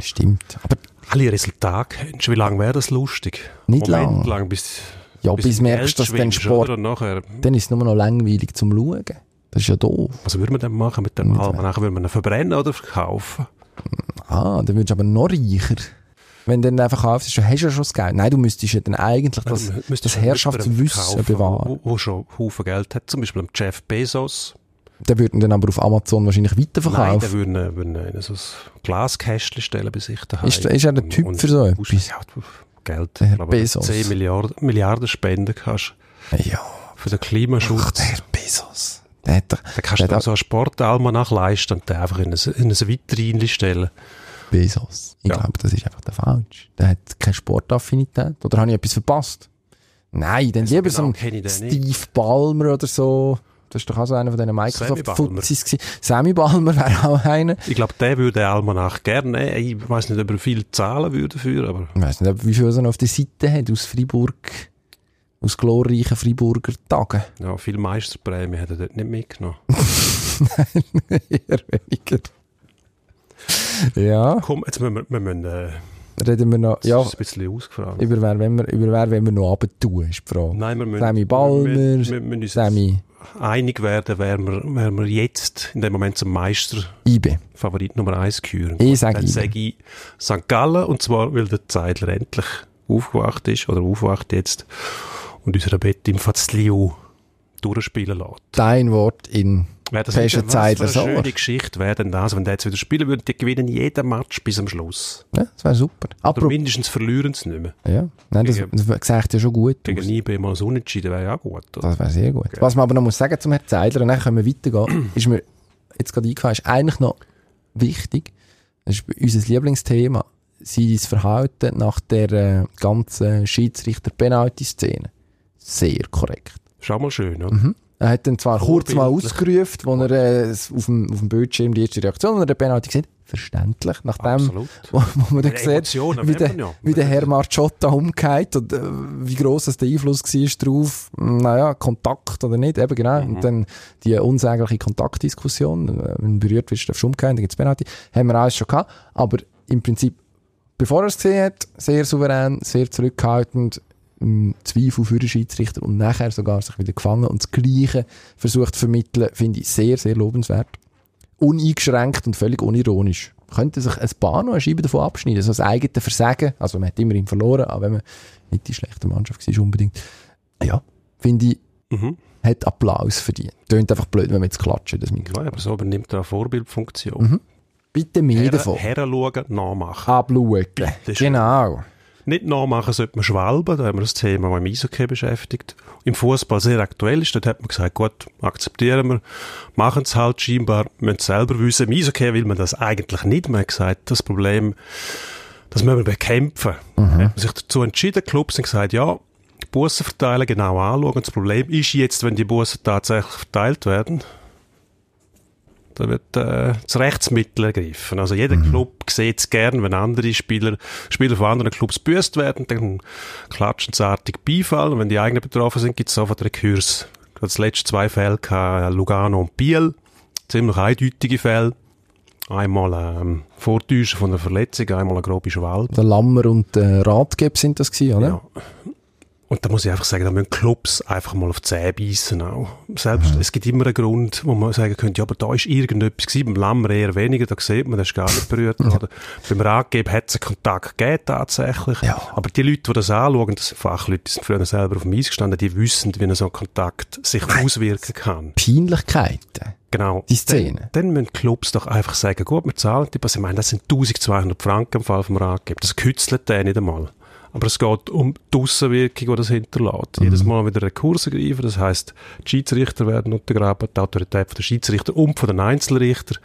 Speaker 1: stimmt. Aber
Speaker 2: alle Resultate kennst. Wie lange wäre das lustig?
Speaker 1: Nicht
Speaker 2: Moment
Speaker 1: lang.
Speaker 2: lang, bis,
Speaker 1: ja, bis,
Speaker 2: du
Speaker 1: du merkst, dass
Speaker 2: Geld
Speaker 1: dann
Speaker 2: schwingst,
Speaker 1: Sport,
Speaker 2: oder? Und nachher, hm,
Speaker 1: dann ist es nur noch langweilig zum Schauen. Das ist ja doof.
Speaker 2: was würde man denn machen mit dem
Speaker 1: Nicht
Speaker 2: Almanach? Würde man ihn verbrennen oder verkaufen?
Speaker 1: Ah, dann wirst du aber noch reicher. Wenn du dann einfach kaufst, dann hast du ja schon das Geld. Nein, du müsstest ja dann eigentlich das,
Speaker 2: Man müsste
Speaker 1: das
Speaker 2: schon jemanden
Speaker 1: Herrschaftswissen
Speaker 2: kaufen,
Speaker 1: bewahren.
Speaker 2: Wo, wo schon Haufen Geld hat, zum Beispiel dem Jeff Bezos.
Speaker 1: Der würden dann aber auf Amazon wahrscheinlich
Speaker 2: Nein, der
Speaker 1: weiterverkaufen.
Speaker 2: würde ihn- würde ihn in so ein Glaskästchen stellen bei sich daheim.
Speaker 1: Ist- ist er der
Speaker 2: Und-
Speaker 1: Typ
Speaker 2: und
Speaker 1: für so
Speaker 2: du-
Speaker 1: etwas?
Speaker 2: Ja, du- Geld.
Speaker 1: Der Herr
Speaker 2: Ich glaube, wenn du
Speaker 1: Bezos.
Speaker 2: 10 Milliarden, Milliarden Spenden kannst
Speaker 1: Ja,
Speaker 2: für den Klimaschutz.
Speaker 1: ach, der Bezos. Der hat doch,
Speaker 2: dann kannst du
Speaker 1: der
Speaker 2: dir
Speaker 1: hat
Speaker 2: so einen Sportalmanach leisten und den einfach in ein, in ein Vitrine stellen.
Speaker 1: Bezos. Ich
Speaker 2: Ja.
Speaker 1: glaube, das ist einfach der falsch. Der hat keine Sportaffinität. Oder habe ich etwas verpasst? Nein, dann lieber
Speaker 2: genau
Speaker 1: so
Speaker 2: kenn ich
Speaker 1: ein
Speaker 2: den
Speaker 1: Steve Ballmer oder so. Das ist doch auch so einer von diesen
Speaker 2: Ballmer.
Speaker 1: Microsoft-Fuzis gewesen. Sammy Ballmer wäre auch einer.
Speaker 2: Ich glaube, der würde den Almanach gerne nehmen. Ich weiß nicht, ob er viel zahlen würde dafür, aber
Speaker 1: Ich weiss nicht, ob- wie viel er noch auf der Seite hat aus Freiburg, aus glorreichen Freiburger Tagen. [LAUGHS]
Speaker 2: ja, viel Meisterprämie hat er dort nicht mitgenommen.
Speaker 1: Eher weniger. Ja,
Speaker 2: Komm, jetzt müssen wir, wir müssen, äh,
Speaker 1: reden wir noch. Ja,
Speaker 2: das ist ein bisschen ausgefragt.
Speaker 1: über wer, wenn wir, über wer, wenn wir noch abtun, ist die Frage.
Speaker 2: Nein, wir müssen,
Speaker 1: Sammy
Speaker 2: wir,
Speaker 1: Ballmer,
Speaker 2: wir, wir müssen uns
Speaker 1: Sammy
Speaker 2: einig werden, wer wir, wer wir jetzt in dem Moment zum Meister
Speaker 1: Ibe.
Speaker 2: Favorit Nummer 1 gehören.
Speaker 1: Ich sage
Speaker 2: Dann
Speaker 1: Ibe.
Speaker 2: sage ich St. Gallen und zwar, weil der Zeidler endlich aufgewacht ist oder aufwacht jetzt und unser Bett im Fazlio durchspielen lässt.
Speaker 1: Dein Wort in
Speaker 2: Wäre das
Speaker 1: Beste
Speaker 2: nicht was für
Speaker 1: Zeidler
Speaker 2: eine schöne
Speaker 1: Sommer.
Speaker 2: Geschichte wäre denn das, wenn der jetzt wieder spielen würde, die gewinnen jeden Match bis am Schluss.
Speaker 1: Ja, das wäre super.
Speaker 2: Oder
Speaker 1: Apropos,
Speaker 2: mindestens verlieren sie nicht mehr.
Speaker 1: ja, nein, das,
Speaker 2: Gegen-
Speaker 1: das sagt ja schon gut
Speaker 2: Gegen
Speaker 1: aus.
Speaker 2: IB mal so unentschieden wäre ja auch gut. Oder?
Speaker 1: Das wäre sehr gut. Was man aber noch muss sagen zum Herrn Zeidler, und dann können wir weitergehen, [CLEARS THROAT] ist mir jetzt gerade eingefallen, ist eigentlich noch wichtig, das ist unser Lieblingsthema, sein Verhalten nach der äh, ganzen Schiedsrichter-Penalty-Szene. Sehr korrekt.
Speaker 2: Ist auch mal schön, oder?
Speaker 1: Er hat dann zwar kurz mal
Speaker 2: Vorbildlich.
Speaker 1: ausgerufen, wo er äh, es auf, dem, auf dem Bildschirm die erste Reaktion und er den Penalty gesehen hat. Verständlich, nach dem,
Speaker 2: Absolut.
Speaker 1: [LAUGHS] wo, wo man dann
Speaker 2: Ja,
Speaker 1: sieht,
Speaker 2: Emotionen
Speaker 1: wie
Speaker 2: merkt
Speaker 1: der,
Speaker 2: man ja.
Speaker 1: wie der Herr Marciotta umgeht und äh, wie gross das der Einfluss war drauf, Hm, naja, Kontakt oder nicht, eben genau.
Speaker 2: Mhm.
Speaker 1: Und dann die unsägliche Kontaktdiskussion, äh, wenn du berührt wirst, darfst du umgehen, dann gibt es Penalty, haben wir alles schon gehabt, aber im Prinzip, bevor er es gesehen hat, sehr souverän, sehr zurückhaltend, im Zweifel für den Schiedsrichter und nachher sogar sich wieder gefangen und das Gleiche versucht zu vermitteln, finde ich sehr, sehr lobenswert. Uneingeschränkt und völlig unironisch. könnten sich ein paar noch eine Scheibe davon abschneiden. So das eigene Versagen. Also man hat immerhin verloren, aber wenn man nicht die schlechte Mannschaft war unbedingt. Ja, finde ich,
Speaker 2: Mhm.
Speaker 1: hat Applaus verdient. Tönt einfach blöd, wenn man jetzt klatscht, das Mikro.
Speaker 2: Ja, aber so übernimmt er eine Vorbildfunktion.
Speaker 1: Bitte mehr
Speaker 2: Her,
Speaker 1: davon.
Speaker 2: heranschauen, nachmachen.
Speaker 1: Abschauen.
Speaker 2: schön.
Speaker 1: Genau.
Speaker 2: Nicht nachmachen sollte man schwalben, da haben wir das Thema das im Eishockey beschäftigt. Im Fußball sehr aktuell ist, dort hat man gesagt, gut, akzeptieren wir, machen es halt scheinbar, müssen es selber wissen. Im Eishockey will man das eigentlich nicht mehr gesagt, das Problem, das müssen wir bekämpfen. Hat man sich dazu entschieden, die Clubs haben gesagt, ja, Bussen verteilen, genau anschauen. Das Problem ist jetzt, wenn die Bussen tatsächlich verteilt werden, da wird äh, das Rechtsmittel ergriffen. Also jeder Club sieht es gern, wenn andere Spieler, Spieler von anderen Clubs büßt werden, dann klatschen sie artig Beifall. Und wenn die eigenen betroffen sind, gibt es sofort Rekurs. Ich hatte letzte zwei Fälle, gehabt, äh, Lugano und Biel. Ziemlich eindeutige Fälle. Einmal ähm, Vortäuschen von einer Verletzung, einmal eine grobe Schwalbe.
Speaker 1: Der Lammer und äh, Ratgeb sind das gewesen, oder?
Speaker 2: Ja. Und da muss ich einfach sagen, da müssen Clubs einfach mal auf die Zähne beißen auch. Selbst, es gibt immer einen Grund, wo man sagen könnte, ja, aber da ist irgendetwas gewesen, beim Lammer eher weniger, da sieht man, das ist gar nicht berührt worden. beim Ratgeber hat es einen Kontakt gegeben, tatsächlich. Aber die Leute, die das anschauen, das sind Fachleute, die sind früher selber auf dem Eis gestanden, die wissen, wie so ein Kontakt sich auswirken kann.
Speaker 1: Peinlichkeiten.
Speaker 2: Genau.
Speaker 1: Die Szene.
Speaker 2: Dann müssen die Clubs doch einfach sagen, gut, wir zahlen die, was ich meine, das sind 1200 Franken im Fall vom Ratgeber. Das kützelt der nicht einmal. Aber es geht um die Aussenwirkung, die das
Speaker 1: Mhm.
Speaker 2: hinterlässt. Jedes Mal wieder Rekurse greifen, das heisst, die Schiedsrichter werden untergraben, die Autorität der Schiedsrichter und von den Einzelrichter.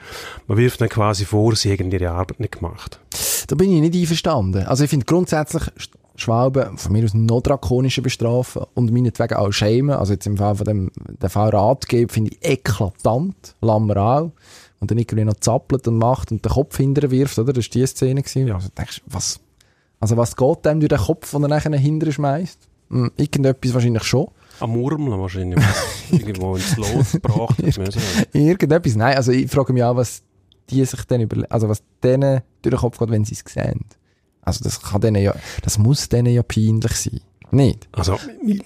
Speaker 2: Man wirft dann quasi vor, sie hätten ihre Arbeit nicht gemacht.
Speaker 1: Da bin ich nicht einverstanden. Also ich finde grundsätzlich Sch- Schwalben von mir aus noch drakonischer bestrafen und meinetwegen auch schämen. Also jetzt im Fall von dem der Fall Ratgeber finde ich eklatant. Lammer auch. Und der Nicoline noch zappelt und macht und den Kopf hinterher wirft, oder? Das war die Szene. Gewesen. Also du denkst was, also was geht dem durch den Kopf, den er nachher hinterher schmeißt? Hm, Irgendetwas wahrscheinlich schon.
Speaker 2: Am Murmeln wahrscheinlich.
Speaker 1: [LAUGHS]
Speaker 2: Irgendwo ins Lot gebracht. hat man müssen.
Speaker 1: Irgendetwas, nein. Also ich frage mich auch, was die sich dann überle also was denen durch den Kopf geht, wenn sie es sehen. Also das kann denen ja, das muss denen ja peinlich sein. Nicht?
Speaker 2: Also, ich-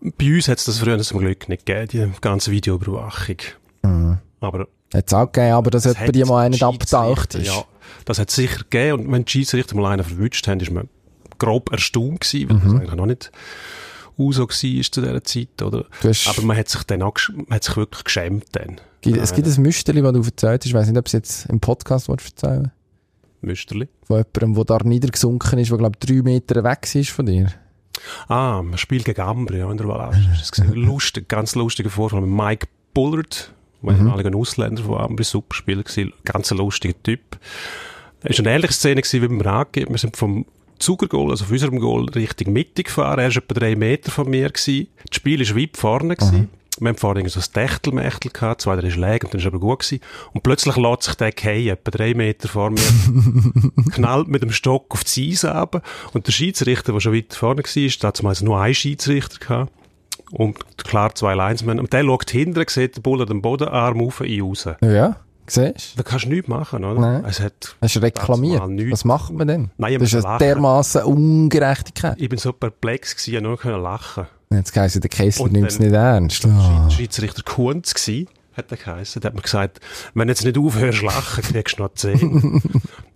Speaker 2: bei uns hat es das früher zum Glück nicht gegeben, die ganze Videoüberwachung.
Speaker 1: Mhm.
Speaker 2: Aber
Speaker 1: Hat es auch gegeben, aber dass
Speaker 2: das
Speaker 1: jemand die
Speaker 2: hat
Speaker 1: mal einen
Speaker 2: die
Speaker 1: abgetaucht ist.
Speaker 2: Schiedsrichter, Ja, das hat es sicher gegeben. Und wenn die Schiedsrichter mal einen verwünscht haben, ist man grob erstaunt gewesen, weil
Speaker 1: Mhm.
Speaker 2: das eigentlich noch nicht so war zu dieser Zeit. Oder?
Speaker 1: Du hast-
Speaker 2: Aber man hat sich dann auch, gesch- man hat sich wirklich geschämt dann.
Speaker 1: Gibt- Es gibt ein Müsterli, das du erzählt hast. Ich weiss nicht, ob es jetzt im Podcast willst erzählen
Speaker 2: Müsterli.
Speaker 1: Von jemandem, der da niedergesunken ist, der, glaube ich, drei Meter weg ist von dir.
Speaker 2: Ah, ein Spiel gegen Ambri, ja, in der Wallach. Das war ein lustig, ganz lustiger Vorfall mit Mike Bullard, ehemaliger Ausländer von Ambri, super Spieler gewesen, ganz ein lustiger Typ. Es war eine ähnliche Szene gewesen, wie beim Raggi. Wir sind vom Zugergoal, also von unserem Goal, Richtung Mitte gefahren. Er war etwa drei Meter von mir. Gewesen. Das Spiel war weit vorne. Gewesen. Wir haben vorne irgendwie so ein Techtelmechtel gehabt, zwei, drei Schläge, und dann war es aber gut. Gewesen. Und plötzlich lässt sich der fallen, etwa drei Meter vor mir knallt mit dem Stock auf die Eis runter. Und der Schiedsrichter, der schon weit vorne war, da hat es nur einen Schiedsrichter gehabt. Und klar, zwei Linesmen. Und der schaut hinten, sieht den Buller den Boden, Arm auf, ein raus.
Speaker 1: Ja, siehst du?
Speaker 2: Da kannst du nichts machen, oder?
Speaker 1: Nein.
Speaker 2: Es hat,
Speaker 1: Hast du reklamiert?
Speaker 2: Dazumal nichts.
Speaker 1: Was macht man denn?
Speaker 2: Nein, ich
Speaker 1: das
Speaker 2: muss
Speaker 1: ist eine
Speaker 2: lachen.
Speaker 1: dermassen Ungerechtigkeit.
Speaker 2: ich bin so perplex gewesen, ich nur können lachen.
Speaker 1: Jetzt heisst es, der Kessler
Speaker 2: Und
Speaker 1: nimmt es
Speaker 2: dann-
Speaker 1: nicht ernst.
Speaker 2: Der
Speaker 1: Ah.
Speaker 2: Schiedsrichter Kunz gewesen, hat er geheißen. Der hat mir gesagt, wenn du jetzt nicht aufhörst zu lachen, kriegst du noch
Speaker 1: [LAUGHS]
Speaker 2: 10.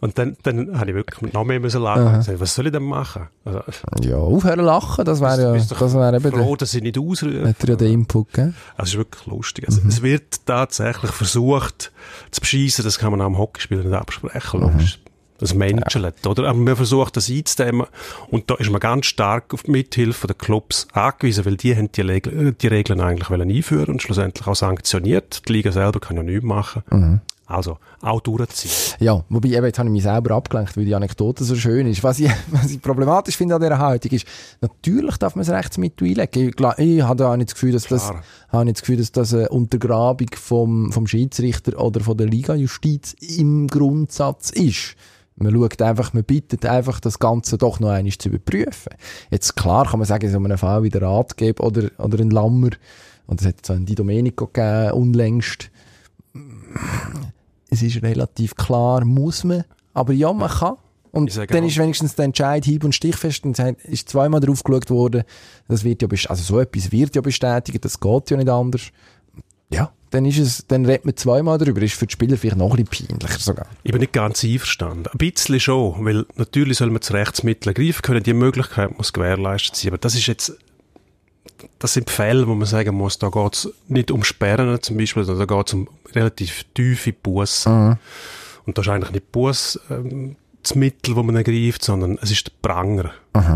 Speaker 2: Und dann, dann habe ich wirklich noch mehr müssen lachen. Ich hab gesagt, was soll ich denn machen? Also,
Speaker 1: Ja, aufhören lachen, das wäre ja,
Speaker 2: bist doch
Speaker 1: das wäre eben
Speaker 2: froh,
Speaker 1: der,
Speaker 2: dass ich nicht ausrufe.
Speaker 1: hat er ja den Input gegeben.
Speaker 2: Also es ist wirklich lustig. Also, Es wird tatsächlich versucht zu bescheissen, das kann man auch am Hockeyspieler nicht absprechen, logisch. Das menschelt, oder? Aber man versucht das einzudämmen und da ist man ganz stark auf die Mithilfe der Clubs angewiesen, weil die haben die, Regel, äh, die Regeln eigentlich wollen einführen und schlussendlich auch sanktioniert. Die Liga selber kann ja nichts machen. Also, auch durchziehen.
Speaker 1: Ja, wobei eben, jetzt habe ich mich selber abgelenkt, weil die Anekdote so schön ist. Was ich, [LAUGHS] was ich problematisch finde an dieser Haltung ist, natürlich darf man das Rechtsmittel einlegen. Ich, gla- ich habe da auch nicht das Gefühl, dass das,
Speaker 2: Klar.
Speaker 1: habe nicht das Gefühl, dass das eine Untergrabung vom, vom Schiedsrichter oder von der Liga-Justiz im Grundsatz ist. Man schaut einfach, man bittet einfach, das Ganze doch noch einmal zu überprüfen. Jetzt klar kann man sagen, in so einem Fall wie der Ratgeber oder, oder ein Lammer, und es hat so einen Di Domenico gegeben, unlängst, es ist relativ klar, muss man. Aber ja, man kann. Und
Speaker 2: Ich sage
Speaker 1: dann
Speaker 2: auch.
Speaker 1: ist wenigstens der Entscheid hieb- und stichfest und es hat- ist zweimal drauf geschaut worden. Das wird ja best- also so etwas wird ja bestätigt, das geht ja nicht anders. Ja, dann ist es, dann redet man zweimal darüber. Ist für die Spieler vielleicht noch ein bisschen peinlicher sogar.
Speaker 2: Ich bin nicht ganz einverstanden. Ein bisschen schon, weil natürlich soll man das Rechtsmittel ergreifen können, die Möglichkeit muss gewährleistet sein. Aber das ist jetzt, das sind Fälle, wo man sagen muss, da geht es nicht um Sperren zum Beispiel, sondern da geht es um relativ tiefe Bussen. Und da ist eigentlich nicht Buss ähm, das Mittel, das man ergreift, sondern es ist der Pranger.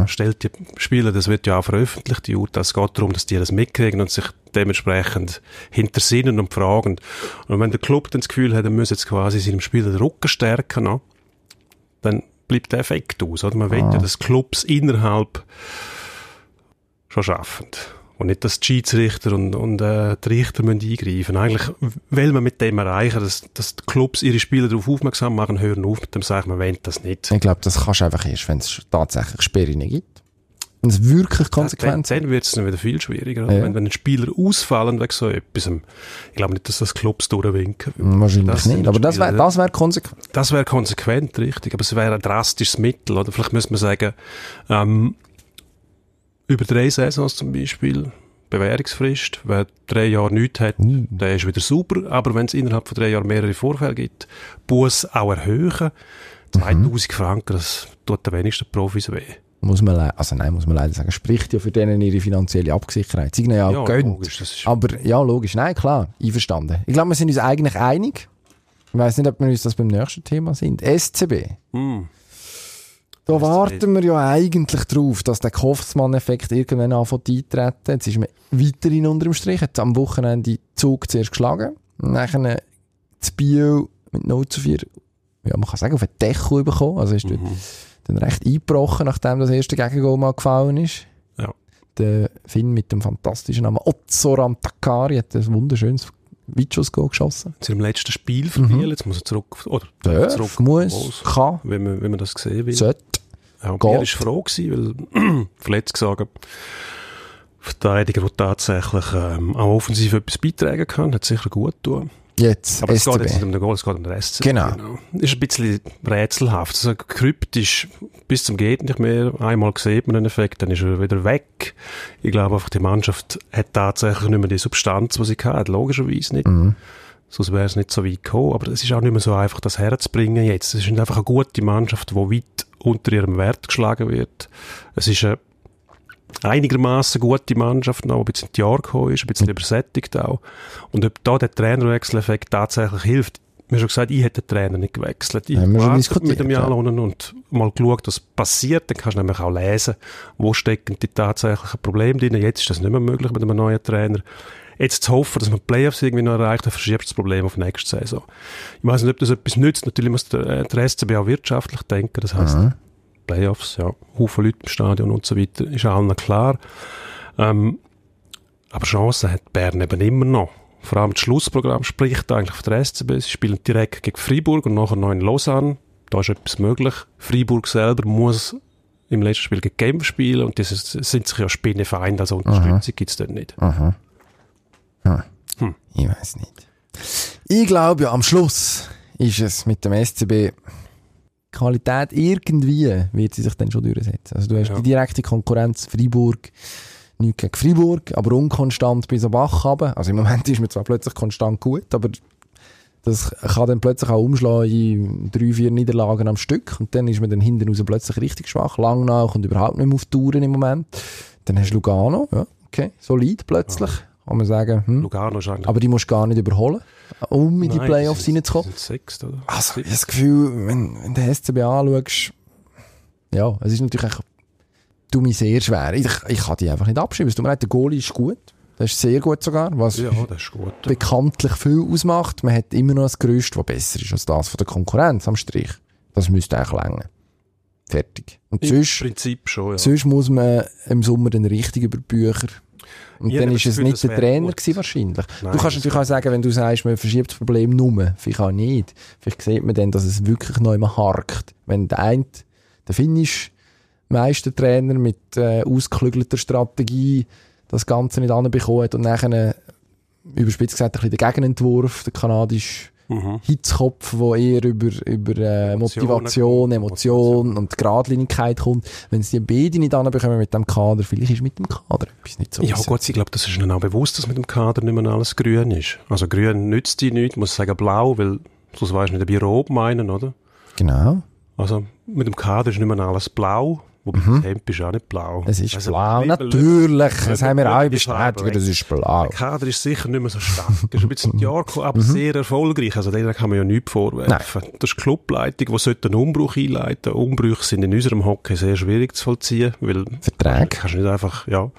Speaker 2: Stellt die Spieler, das wird ja auch veröffentlicht, die UTA, es geht darum, dass die das mitkriegen und sich dementsprechend hintersinnen und fragen. Und wenn der Club dann das Gefühl hat, er müsse jetzt quasi seinem Spieler den Rücken stärken, noch, dann bleibt der Effekt aus. Oder? Man will ja, dass Clubs innerhalb schon schaffen. Und nicht, dass die Schiedsrichter und, und äh, die Richter müssen eingreifen Eigentlich will man mit dem erreichen, dass, dass die Clubs ihre Spieler darauf aufmerksam machen, hören auf mit dem sagen, man will das nicht.
Speaker 1: Ich glaube, das kannst du einfach erst, wenn es tatsächlich Sperrungen gibt. Wenn es wirklich
Speaker 2: Dann,
Speaker 1: Konsequenzen
Speaker 2: dann wird es dann wieder viel schwieriger. oder?
Speaker 1: Ja.
Speaker 2: Wenn, wenn ein Spieler ausfallen wegen so etwas, ich glaube nicht, dass das Clubs durchwinken. würden.
Speaker 1: Wahrscheinlich
Speaker 2: Das sind
Speaker 1: nicht. Aber das wäre
Speaker 2: Spieler,
Speaker 1: das wär konsequent.
Speaker 2: Das wäre konsequent, richtig, aber es wäre ein drastisches Mittel, oder? Vielleicht müsste man sagen, ähm, über drei Saisons zum Beispiel, Bewährungsfrist, wer drei Jahre nichts hat,
Speaker 1: Mhm.
Speaker 2: der ist wieder super, aber wenn es innerhalb von drei Jahren mehrere Vorfälle gibt, Buß auch erhöhen,
Speaker 1: Mhm.
Speaker 2: 2000 Franken, das tut den wenigsten Profis weh.
Speaker 1: Muss man, le- also nein, muss man leider sagen, spricht ja für denen ihre finanzielle Abgesicherheit. Sie ihnen ja,
Speaker 2: Ja,
Speaker 1: auch gönnt.
Speaker 2: logisch, das ist-
Speaker 1: Aber ja, logisch. Nein, klar. Einverstanden. Ich glaube, wir sind uns eigentlich einig. Ich weiß nicht, ob wir uns das beim nächsten Thema sind. SCB.
Speaker 2: Hm.
Speaker 1: Da warten wir ja eigentlich drauf, dass der Kaufmann-Effekt irgendwann anfängt eintreten. Jetzt ist man weiterhin unter dem Strich. Jetzt am Wochenende Zug zuerst geschlagen. Nachher äh, zu Biel mit 0 zu 4, ja, man kann sagen, auf den Deckel bekommen. Also ist dort
Speaker 2: Mhm.
Speaker 1: dann recht eingebrochen, nachdem das erste Gegengoal mal gefallen ist.
Speaker 2: Ja.
Speaker 1: Der Finn mit dem fantastischen Namen Otzoran Takari hat ein wunderschönes Weitschussgoal geschossen.
Speaker 2: Zu ihrem letzten Spiel verlieren, jetzt muss er zurück, oder
Speaker 1: Mhm. Darf,
Speaker 2: zurück,
Speaker 1: muss,
Speaker 2: muss,
Speaker 1: kann,
Speaker 2: wenn man, wenn man das sehen will.
Speaker 1: sollte.
Speaker 2: Ja,
Speaker 1: Geht.
Speaker 2: mir ist froh gewesen, weil [CLEARS THROAT] verletzt gesagt, Verteidiger, der tatsächlich ähm, auch offensiv etwas beitragen kann, hat sicher gut getan.
Speaker 1: Jetzt
Speaker 2: Aber es geht
Speaker 1: SCB.
Speaker 2: jetzt nicht um den Goal, es geht um den SC.
Speaker 1: Genau.
Speaker 2: Ist ein bisschen rätselhaft, also kryptisch, bis zum geht nicht mehr. Einmal sieht man den Effekt, dann ist er wieder weg. Ich glaube einfach, die Mannschaft hat tatsächlich nicht mehr die Substanz, die sie hatte, logischerweise nicht. Sonst wäre es nicht so weit gekommen. Aber es ist auch nicht mehr so einfach, das herzubringen jetzt. Es ist einfach eine gute Mannschaft, die weit unter ihrem Wert geschlagen wird. Es ist eine einigermaßen gute Mannschaft noch, die ein bisschen in die Jahre gekommen ist, ein bisschen übersättigt auch. Und ob da der Trainerwechseleffekt tatsächlich hilft, wir haben schon gesagt, ich hätte den Trainer nicht gewechselt. Ich
Speaker 1: Haben wir schon
Speaker 2: gewartet
Speaker 1: diskutiert,
Speaker 2: mit dem
Speaker 1: ja.
Speaker 2: Jalonen und mal geschaut, was passiert. Dann kannst du nämlich auch lesen, wo stecken die tatsächlichen Probleme drin. Jetzt ist das nicht mehr möglich mit einem neuen Trainer. Jetzt zu hoffen, dass man die Playoffs irgendwie noch erreicht, dann verschiebst du das Problem auf nächste Saison. Ich weiß nicht, ob das etwas nützt. Natürlich muss der, äh, der SCB auch wirtschaftlich denken. Das heisst, Playoffs, ja, Haufen Leute im Stadion und so weiter, ist allen klar. Ähm, aber Chancen hat Bern eben immer noch. Vor allem das Schlussprogramm spricht eigentlich für den SCB. Sie spielen direkt gegen Freiburg und nachher noch in Lausanne. Da ist etwas möglich. Freiburg selber muss im letzten Spiel gegen Genf spielen und die sind sind sich ja Spinnenfeind, also Unterstützung gibt's dort nicht.
Speaker 1: Ah. Ich weiß nicht. Ich glaube ja, am Schluss ist es mit dem SCB Qualität irgendwie wird sie sich dann schon durchsetzen. Also du hast
Speaker 2: Ja.
Speaker 1: die direkte Konkurrenz Freiburg, nicht gegen Freiburg, aber unkonstant bis am Bach runter. Also im Moment ist man zwar plötzlich konstant gut, aber das kann dann plötzlich auch umschlagen in drei, vier Niederlagen am Stück und dann ist man dann hinten raus plötzlich richtig schwach. Lang nach und überhaupt nicht mehr auf Touren im Moment. Dann hast du Lugano, ja, okay, solid plötzlich. Kann man sagen, hm,
Speaker 2: Lugano ist eigentlich
Speaker 1: aber die musst du gar nicht überholen, um in die
Speaker 2: Nein,
Speaker 1: Playoffs
Speaker 2: sind-
Speaker 1: reinzukommen.
Speaker 2: sind Sechst, oder?
Speaker 1: Also, ich habe das Gefühl, wenn, wenn du den SCB anschaust, ja, es ist natürlich echt, du mir sehr schwer. Ich, ich kann die einfach nicht abschreiben. Es tut mir leid, der Goalie ist gut. Der ist sehr gut sogar, was
Speaker 2: Ja, das ist gut.
Speaker 1: bekanntlich viel ausmacht. Man hat immer noch ein Gerüst, das besser ist als das von der Konkurrenz am Strich. Das müsste eigentlich länger. Fertig. Und
Speaker 2: Im
Speaker 1: sonst,
Speaker 2: Prinzip schon, ja.
Speaker 1: sonst muss man im Sommer dann richtig über die Bücher. Und
Speaker 2: Ich
Speaker 1: dann
Speaker 2: habe
Speaker 1: ist
Speaker 2: das
Speaker 1: es
Speaker 2: Gefühl,
Speaker 1: nicht
Speaker 2: das
Speaker 1: der
Speaker 2: wäre
Speaker 1: Trainer
Speaker 2: gut.
Speaker 1: gewesen, wahrscheinlich.
Speaker 2: Nein,
Speaker 1: du
Speaker 2: das
Speaker 1: kannst natürlich auch sagen, wenn du sagst, man verschiebt das Problem nur. Vielleicht auch nicht. Vielleicht sieht man dann, dass es wirklich noch immer harkt. Wenn der eine, der finnisch Meistertrainer mit äh, ausgeklügelter Strategie das Ganze nicht anbekommen hat und nachher, äh, überspitzt gesagt, ein bisschen den Gegenentwurf, der kanadisch
Speaker 2: Mhm.
Speaker 1: Hitzkopf, der eher über, über äh, Motivation, Emotion und Gradlinigkeit kommt. Wenn sie die beide nicht anbekommen mit dem Kader, vielleicht ist mit dem Kader etwas nicht so.
Speaker 2: Ja
Speaker 1: gewesen.
Speaker 2: gut, ich glaube, das ist ihnen auch bewusst, dass mit dem Kader nicht mehr alles grün ist. Also grün nützt die nichts, muss sagen blau, weil sonst weisst du nicht, ob ich rot meinen, oder?
Speaker 1: Genau.
Speaker 2: Also mit dem Kader ist nicht mehr alles blau, wobei das Hemd ist auch nicht blau.
Speaker 1: Mhm. Es ist
Speaker 2: Also,
Speaker 1: blau,
Speaker 2: lieber
Speaker 1: natürlich. Das
Speaker 2: Leute,
Speaker 1: haben wir auch
Speaker 2: die
Speaker 1: bestätigt,
Speaker 2: Farbe
Speaker 1: das
Speaker 2: weg.
Speaker 1: ist blau. Mhm.
Speaker 2: Der Kader ist sicher nicht mehr so stark. Er ist
Speaker 1: [LAUGHS]
Speaker 2: ein bisschen die Jahre gekommen, aber sehr erfolgreich. Also denen kann man ja nichts vorwerfen. Das ist die Clubleitung, die sollte einen Umbruch einleiten. Umbrüche sind in unserem Hockey sehr schwierig zu vollziehen, weil
Speaker 1: Verträge.
Speaker 2: kannst nicht einfach, ja,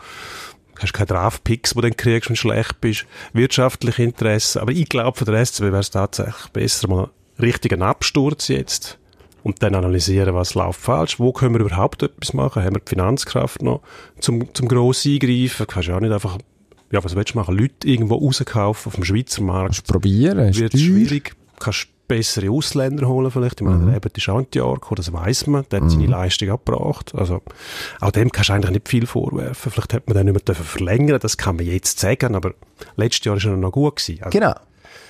Speaker 2: hast keine Draftpicks, die du dann kriegst, wenn du schlecht bist. Wirtschaftliche Interessen. Aber ich glaube, für den SCB wäre es tatsächlich besser, mal einen richtigen Absturz jetzt und dann analysieren, was läuft falsch, wo können wir überhaupt etwas machen, haben wir die Finanzkraft noch zum, zum gross eingreifen, kannst ja auch nicht einfach, ja, was willst du machen, Leute irgendwo rauskaufen auf dem Schweizer Markt,
Speaker 1: Probieren, ist
Speaker 2: wird
Speaker 1: teuer.
Speaker 2: schwierig. Kannst bessere Ausländer holen vielleicht. Ich meine,
Speaker 1: Mhm.
Speaker 2: der Ebert ist auch in die Jahre gekommen, das weiss man. Der hat seine Leistung abgebracht. Also, auch dem kannst du eigentlich nicht viel vorwerfen. Vielleicht hätte man den nicht mehr dürfen verlängern das kann man jetzt sagen, aber letztes Jahr war er noch gut. Gewesen. Also,
Speaker 1: Genau.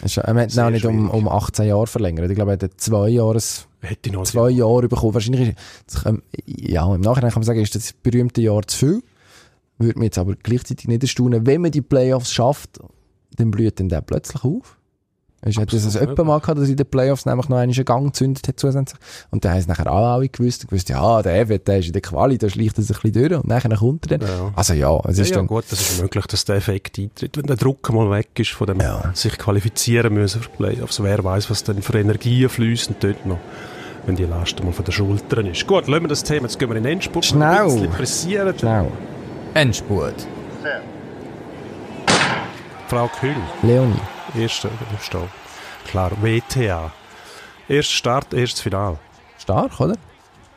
Speaker 1: Ist, ja- er hat ihn auch
Speaker 2: Sehr
Speaker 1: nicht um,
Speaker 2: schwierig.
Speaker 1: um 18 Jahre verlängert. Ich glaube, er hat zwei Jahres
Speaker 2: Hätte ich noch
Speaker 1: Genau. zwei Jahre bekommen. Wahrscheinlich ist, das kann, ja, im Nachhinein kann man sagen, ist das berühmte Jahr zu viel. Würde mir jetzt aber gleichzeitig nicht erstaunen, wenn man die Playoffs schafft, dann blüht dann der plötzlich auf. Ist, hat das
Speaker 2: Absolut.
Speaker 1: jemand mal gehabt, dass in den Playoffs nämlich noch einen Gang gezündet hat zusätzlich. Und dann haben es nachher auch alle gewusst und gewusst, ja, der Evert, der ist in der Quali, da schleicht er sich ein bisschen durch und nachher kommt er dann.
Speaker 2: Ja.
Speaker 1: Also ja, es
Speaker 2: Ja,
Speaker 1: ist
Speaker 2: ja,
Speaker 1: dann,
Speaker 2: gut, das ist möglich, dass der Effekt eintritt. Wenn der Druck mal weg ist, von dem
Speaker 1: Ja.
Speaker 2: sich qualifizieren müssen für die Playoffs, wer weiß, was dann für Energien fließen dort noch, wenn die Last mal von den Schultern ist. Gut, lassen wir das Thema, jetzt gehen wir in den Endspurt.
Speaker 1: Schnell.
Speaker 2: Ein bisschen pressieren.
Speaker 1: genau.
Speaker 3: Endspurt.
Speaker 2: Frau Kühl.
Speaker 1: Leonie.
Speaker 2: Erster äh, Stau. Klar, WTA. Erst Start, erstes Final.
Speaker 1: Stark, oder?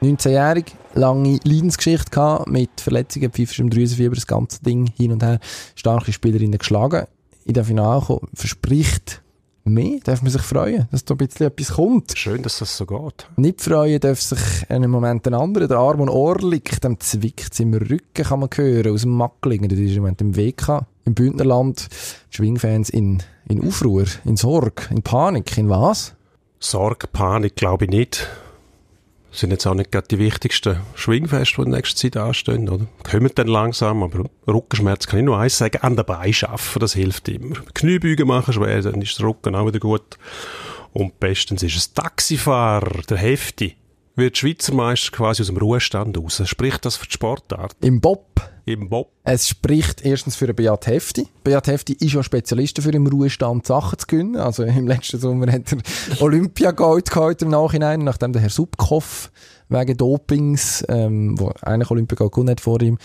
Speaker 1: 19-jährig, lange Leidensgeschichte gehabt, mit Verletzungen, Pfeifer ist im Drüsenfieber, das ganze Ding hin und her. Starke Spielerinnen geschlagen, in der Finale gekommen, verspricht mehr, darf man sich freuen, dass da ein bisschen etwas kommt.
Speaker 2: Schön, dass das so geht.
Speaker 1: Nicht freuen darf sich einen Moment den anderen. Der Arm und Ohr liegt, dem zwickt im Rücken, kann man hören, aus dem Macklingen. Das ist im Moment im WK, im Bündnerland. Die Schwingfans in, in Aufruhr, in Sorge, in Panik, in was?
Speaker 2: Sorge, Panik glaube ich nicht. Sind jetzt auch nicht gerade die wichtigsten Schwingfeste, die in nächster Zeit anstehen, oder? Kommen dann langsam, aber Rückenschmerz kann ich nur eins sagen, an der Bein schaffen, das hilft immer. Kniebeugen machen schwer, dann ist der Rücken auch wieder gut. Und bestens ist es Taxifahrer, der Hefti, wird Schweizer Meister quasi aus dem Ruhestand raus. Spricht das für die Sportart?
Speaker 1: Im Bob.
Speaker 2: Im Bob
Speaker 1: Es spricht erstens für den Beat Hefti. Beat Hefti ist ja Spezialist dafür, im Ruhestand Sachen zu gewinnen. Also im letzten Sommer hat er Olympiagold geholt im Nachhinein, nachdem der Herr Subkoff wegen Dopings, ähm, wo eigentlich Olympiagold gewonnen hat vor ihm,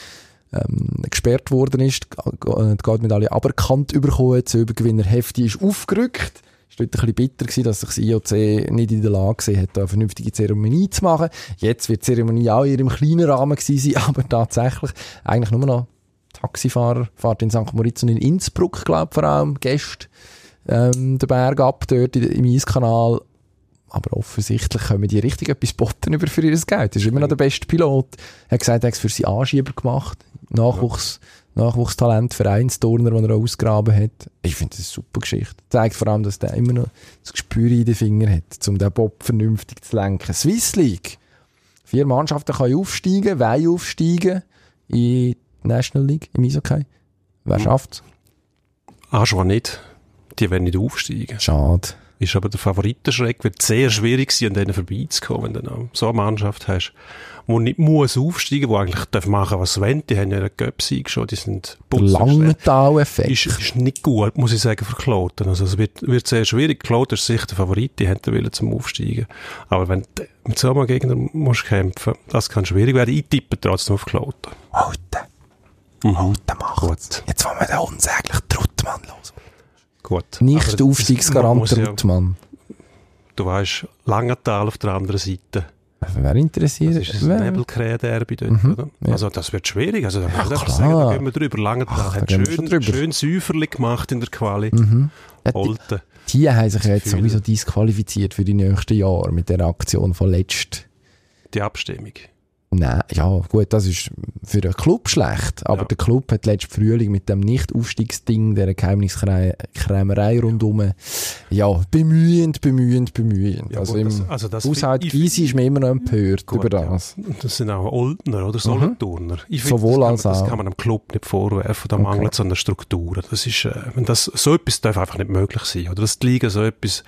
Speaker 1: ähm, gesperrt worden ist, die Go- äh, die Goldmedaille aberkannt bekommen hat. Der Übergewinner Hefti ist aufgerückt. Es war dort ein bisschen bitter, gewesen, dass sich das IOC nicht in der Lage gesehen hat, da eine vernünftige Zeremonie zu machen. Jetzt wird die Zeremonie auch in ihrem kleinen Rahmen gewesen sein, [LAUGHS] aber tatsächlich eigentlich nur noch Taxifahrer, fahrt in St. Moritz und in Innsbruck, glaube ich, vor allem, Gäste, ähm, den Berg ab, dort in- im Eiskanal. Aber offensichtlich können die richtig etwas botten über für ihr Geld. Ist immer noch der beste Pilot. Er hat gesagt, er hat es für seinen Anschieber gemacht. Nachwuchs, Nachwuchstalent, Vereinsturner, den er auch ausgraben hat. Ich finde das eine super Geschichte. Zeigt vor allem, dass der immer noch das Gespür in den Fingern hat, um den Bob vernünftig zu lenken. Swiss League. Vier Mannschaften können aufsteigen, wollen aufsteigen in die National League, im Eishockey. Wer schafft's?
Speaker 2: Ah, schon nicht. Die werden nicht aufsteigen.
Speaker 1: Schade.
Speaker 2: Ist aber der Favoritenschreck, wird sehr schwierig sein, an denen vorbeizukommen, wenn du dann auch so eine Mannschaft hast, die nicht muss aufsteigen, die eigentlich darf machen was sie wollen. Die haben ja einen Göpsieg schon, die sind
Speaker 1: Der
Speaker 2: putzig. Ist,
Speaker 1: Langenthal-Effekt.
Speaker 2: ist nicht gut, muss ich sagen, für Kloten. Also es wird, wird sehr schwierig. Kloten ist sicher der Favorit, die hätten wollen zum Aufsteigen. Aber wenn du mit so einem Gegner musst kämpfen, das kann schwierig werden. Ich tippe trotzdem auf Kloten.
Speaker 1: Alter,
Speaker 2: Mhm.
Speaker 1: der macht's.
Speaker 2: Gut.
Speaker 1: Jetzt wollen wir den unsäglichen Truttmann los.
Speaker 2: Gut. Aber
Speaker 1: Nicht
Speaker 2: das- man
Speaker 1: Aufstiegsgarant
Speaker 2: muss ja-
Speaker 1: Truttmann.
Speaker 2: Du weißt, Langenthal auf der anderen Seite.
Speaker 1: Wer interessiert?
Speaker 2: Das ist ein
Speaker 1: Wer-
Speaker 2: Nebelkrähe-Derby dort, oder? Also das wird schwierig. Also da kann ich einfach
Speaker 1: Mhm. klar.
Speaker 2: sagen, da gehen wir drüber. Lange
Speaker 1: Ach, da
Speaker 2: hat
Speaker 1: gehen wir schon
Speaker 2: schön,
Speaker 1: drüber.
Speaker 2: schön Säuferli gemacht in der Quali.
Speaker 1: Ja, die,
Speaker 2: Olten.
Speaker 1: die haben sich ja jetzt
Speaker 2: Gefühl.
Speaker 1: sowieso disqualifiziert für die nächsten Jahre mit der Aktion von letzt.
Speaker 2: Die Abstimmung.
Speaker 1: Nein, ja, gut, das ist für den Club schlecht. Aber
Speaker 2: Ja.
Speaker 1: der Club hat letzten Frühling mit dem Nicht-Aufstiegsding, dieser Geheimniskrämerei rundum, ja, bemühend, bemühend, bemühend.
Speaker 2: Ja,
Speaker 1: also
Speaker 2: gut,
Speaker 1: im
Speaker 2: das- also das
Speaker 1: Haushalt
Speaker 2: find ich-
Speaker 1: Gysi ist mir immer noch empört
Speaker 2: Gut,
Speaker 1: über
Speaker 2: ja.
Speaker 1: das.
Speaker 2: Und das sind auch Oldner oder Solothurner. Ich finde,
Speaker 1: Mhm. Sowohl als
Speaker 2: das kann man,
Speaker 1: auch.
Speaker 2: Das kann man einem Club nicht vorwerfen, da mangelt es an der Struktur. Das ist, äh, wenn das, so etwas darf einfach nicht möglich sein. Oder dass die Liga so etwas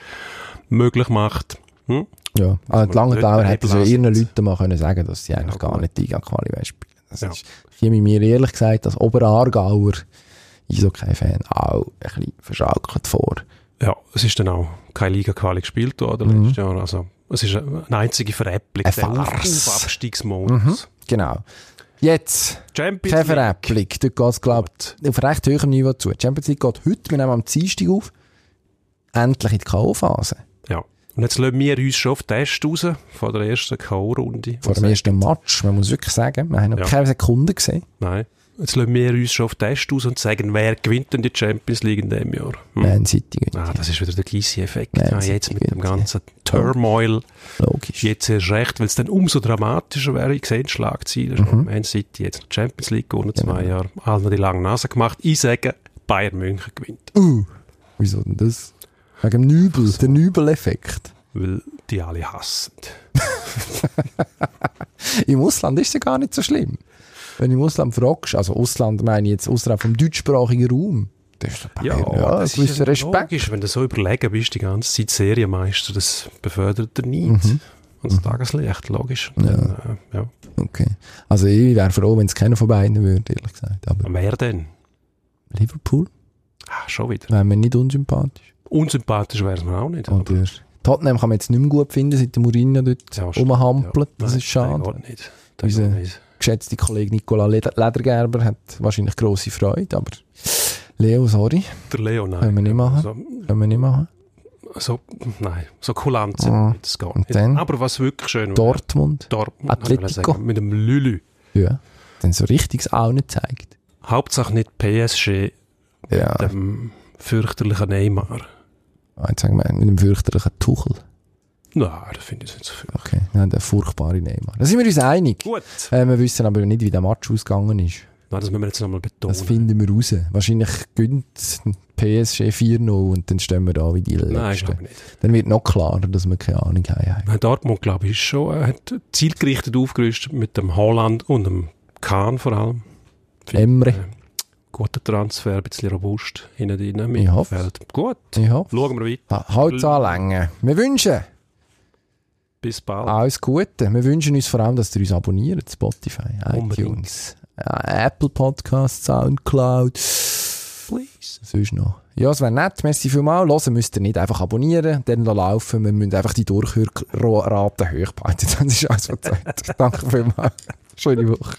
Speaker 2: möglich macht. Hm?
Speaker 1: Ja, also die
Speaker 2: man
Speaker 1: langen
Speaker 2: dort
Speaker 1: Dauer hätte so ihren
Speaker 2: ansetzen.
Speaker 1: Leuten mal können sagen dass sie eigentlich
Speaker 2: Ja,
Speaker 1: gar
Speaker 2: gut.
Speaker 1: nicht Liga-Quali wollen spielen. Das
Speaker 2: Ja.
Speaker 1: ist, hier mit mir ehrlich gesagt, als Oberaargauer, ich so kein Fan, auch ein bisschen verschalkelt vor.
Speaker 2: Ja, es ist dann auch keine Liga-Quali gespielt
Speaker 1: Mhm.
Speaker 2: worden letztes Jahr. Also, es ist eine eine einzige Veräpplung.
Speaker 1: Eine
Speaker 2: der Auf-
Speaker 1: Farce.
Speaker 2: Aufabstiegsmodus.
Speaker 1: Genau. Jetzt,
Speaker 2: Champions
Speaker 1: keine
Speaker 2: League.
Speaker 1: Veräpplung. Dort geht es, glaube ich, auf recht hohem Niveau zu. Die Champions League geht heute, wir nehmen am Dienstag auf, endlich in die K.O.-Phase.
Speaker 2: Ja. Und jetzt lassen wir uns schon auf den Test raus, von der ersten K.O.-Runde.
Speaker 1: Vor dem ersten Match, man muss wirklich sagen, wir haben noch
Speaker 2: Ja.
Speaker 1: keine Sekunde gesehen.
Speaker 2: Nein. Jetzt lassen wir uns schon auf den Test raus und sagen, wer gewinnt denn die Champions League in diesem Jahr? Hm.
Speaker 1: Man City gewinnt.
Speaker 2: Ah, das ist wieder der Gysi-Effekt.
Speaker 1: Nein,
Speaker 2: Ja,
Speaker 1: das
Speaker 2: jetzt mit
Speaker 1: geht
Speaker 2: dem
Speaker 1: nicht.
Speaker 2: ganzen Turmoil.
Speaker 1: Logisch.
Speaker 2: Jetzt erst recht, weil es dann umso dramatischer wäre. Ich sehe die Schlagzeilen
Speaker 1: Mhm.
Speaker 2: schon. Man City jetzt noch die Champions League gewonnen,
Speaker 1: Genau.
Speaker 2: zwei Jahre. Allen die lange Nase gemacht. Ich sage, Bayern München gewinnt.
Speaker 1: Uh, Wieso denn das? Wegen dem Nübel, der Nübel-Effekt.
Speaker 2: Weil die alle hassen.
Speaker 1: [LAUGHS] Im Ausland ist es ja gar nicht so schlimm. Wenn du im Ausland fragst, also Ausland meine ich jetzt außerhalb vom deutschsprachigen Raum, das ist doch ja, ein gewisser Respekt.
Speaker 2: logisch, wenn du so überlegen bist, die ganze Zeit Serienmeister, das befördert dir nicht.
Speaker 1: Mhm.
Speaker 2: Und das Tageslicht, logisch. Ja. Dann, äh, ja.
Speaker 1: Okay. Also ich wäre froh, wenn es keiner von beiden würde, ehrlich gesagt. Aber
Speaker 2: Wer denn?
Speaker 1: Liverpool
Speaker 2: Ah, schon wieder.
Speaker 1: wäre mir nicht unsympathisch.
Speaker 2: Unsympathisch wäre es mir auch nicht. aber-
Speaker 1: Oder Tottenham kann man jetzt nicht mehr gut finden, seit der Mourinho dort
Speaker 2: Ja, stimmt,
Speaker 1: rumhampelt.
Speaker 2: ja.
Speaker 1: Das
Speaker 2: Nein,
Speaker 1: ist schade.
Speaker 2: Der geht nicht. Der
Speaker 1: Unser-
Speaker 2: geht nicht.
Speaker 1: Geschätzte Kollege Nicola Leder Ledergerber hat wahrscheinlich grosse Freude, aber Leo, sorry,
Speaker 2: Der Leo, nein.
Speaker 1: können wir nicht machen.
Speaker 2: So,
Speaker 1: Können wir nicht machen.
Speaker 2: so, nein, so kulant sind
Speaker 1: Mhm.
Speaker 2: wir das gar
Speaker 1: Und
Speaker 2: nicht.
Speaker 1: dann?
Speaker 2: Aber was wirklich schön wäre,
Speaker 1: Dortmund,
Speaker 2: Dortmund,
Speaker 1: Atletico.
Speaker 2: kann man sagen, mit dem Lülü.
Speaker 1: ja, dann so richtiges Augen zeigt.
Speaker 2: Hauptsache nicht PSG,
Speaker 1: Ja,
Speaker 2: dem fürchterlichen Neymar.
Speaker 1: Ah, jetzt sagen wir mit dem fürchterlichen Tuchel.
Speaker 2: Nein, das finde ich nicht so viel.
Speaker 1: Okay, nein, der furchtbare Neymar. Da sind wir uns einig.
Speaker 2: Gut.
Speaker 1: Äh, wir wissen aber nicht, wie der Match ausgegangen ist.
Speaker 2: Nein, das müssen wir jetzt nochmal betonen.
Speaker 1: Das finden wir raus. Wahrscheinlich gönnt PSG 4-0 und dann stehen wir da wie die
Speaker 2: nein, ich
Speaker 1: Letzten.
Speaker 2: glaube nicht.
Speaker 1: Dann wird noch klarer, dass wir keine Ahnung haben.
Speaker 2: Nein, Dortmund, glaube ich, ist schon, äh, hat zielgerichtet aufgerüstet mit dem Holland und dem Kahn vor allem.
Speaker 1: Emre,
Speaker 2: Guter Transfer, ein bisschen robust. Hinten drin,
Speaker 1: Ich hoffe
Speaker 2: Mittelfeld. Gut,
Speaker 1: ich hoffe.
Speaker 2: schauen wir weiter.
Speaker 1: Ha- Halt's anlängen. Wir wünschen
Speaker 2: Bis bald.
Speaker 1: alles Gute. Wir wünschen uns vor allem, dass ihr uns abonniert. Spotify,
Speaker 2: Unbedingt.
Speaker 1: iTunes, äh, Apple Podcasts, Soundcloud.
Speaker 2: Please.
Speaker 1: Sonst noch. Ja, es wäre nett. Merci vielmals. Hören müsst ihr nicht einfach abonnieren, dann lassen laufen. Wir müssen einfach die [LAUGHS] Durchhörrate hochbehalten. Das ist alles, was gesagt. Danke vielmals. Schöne Woche.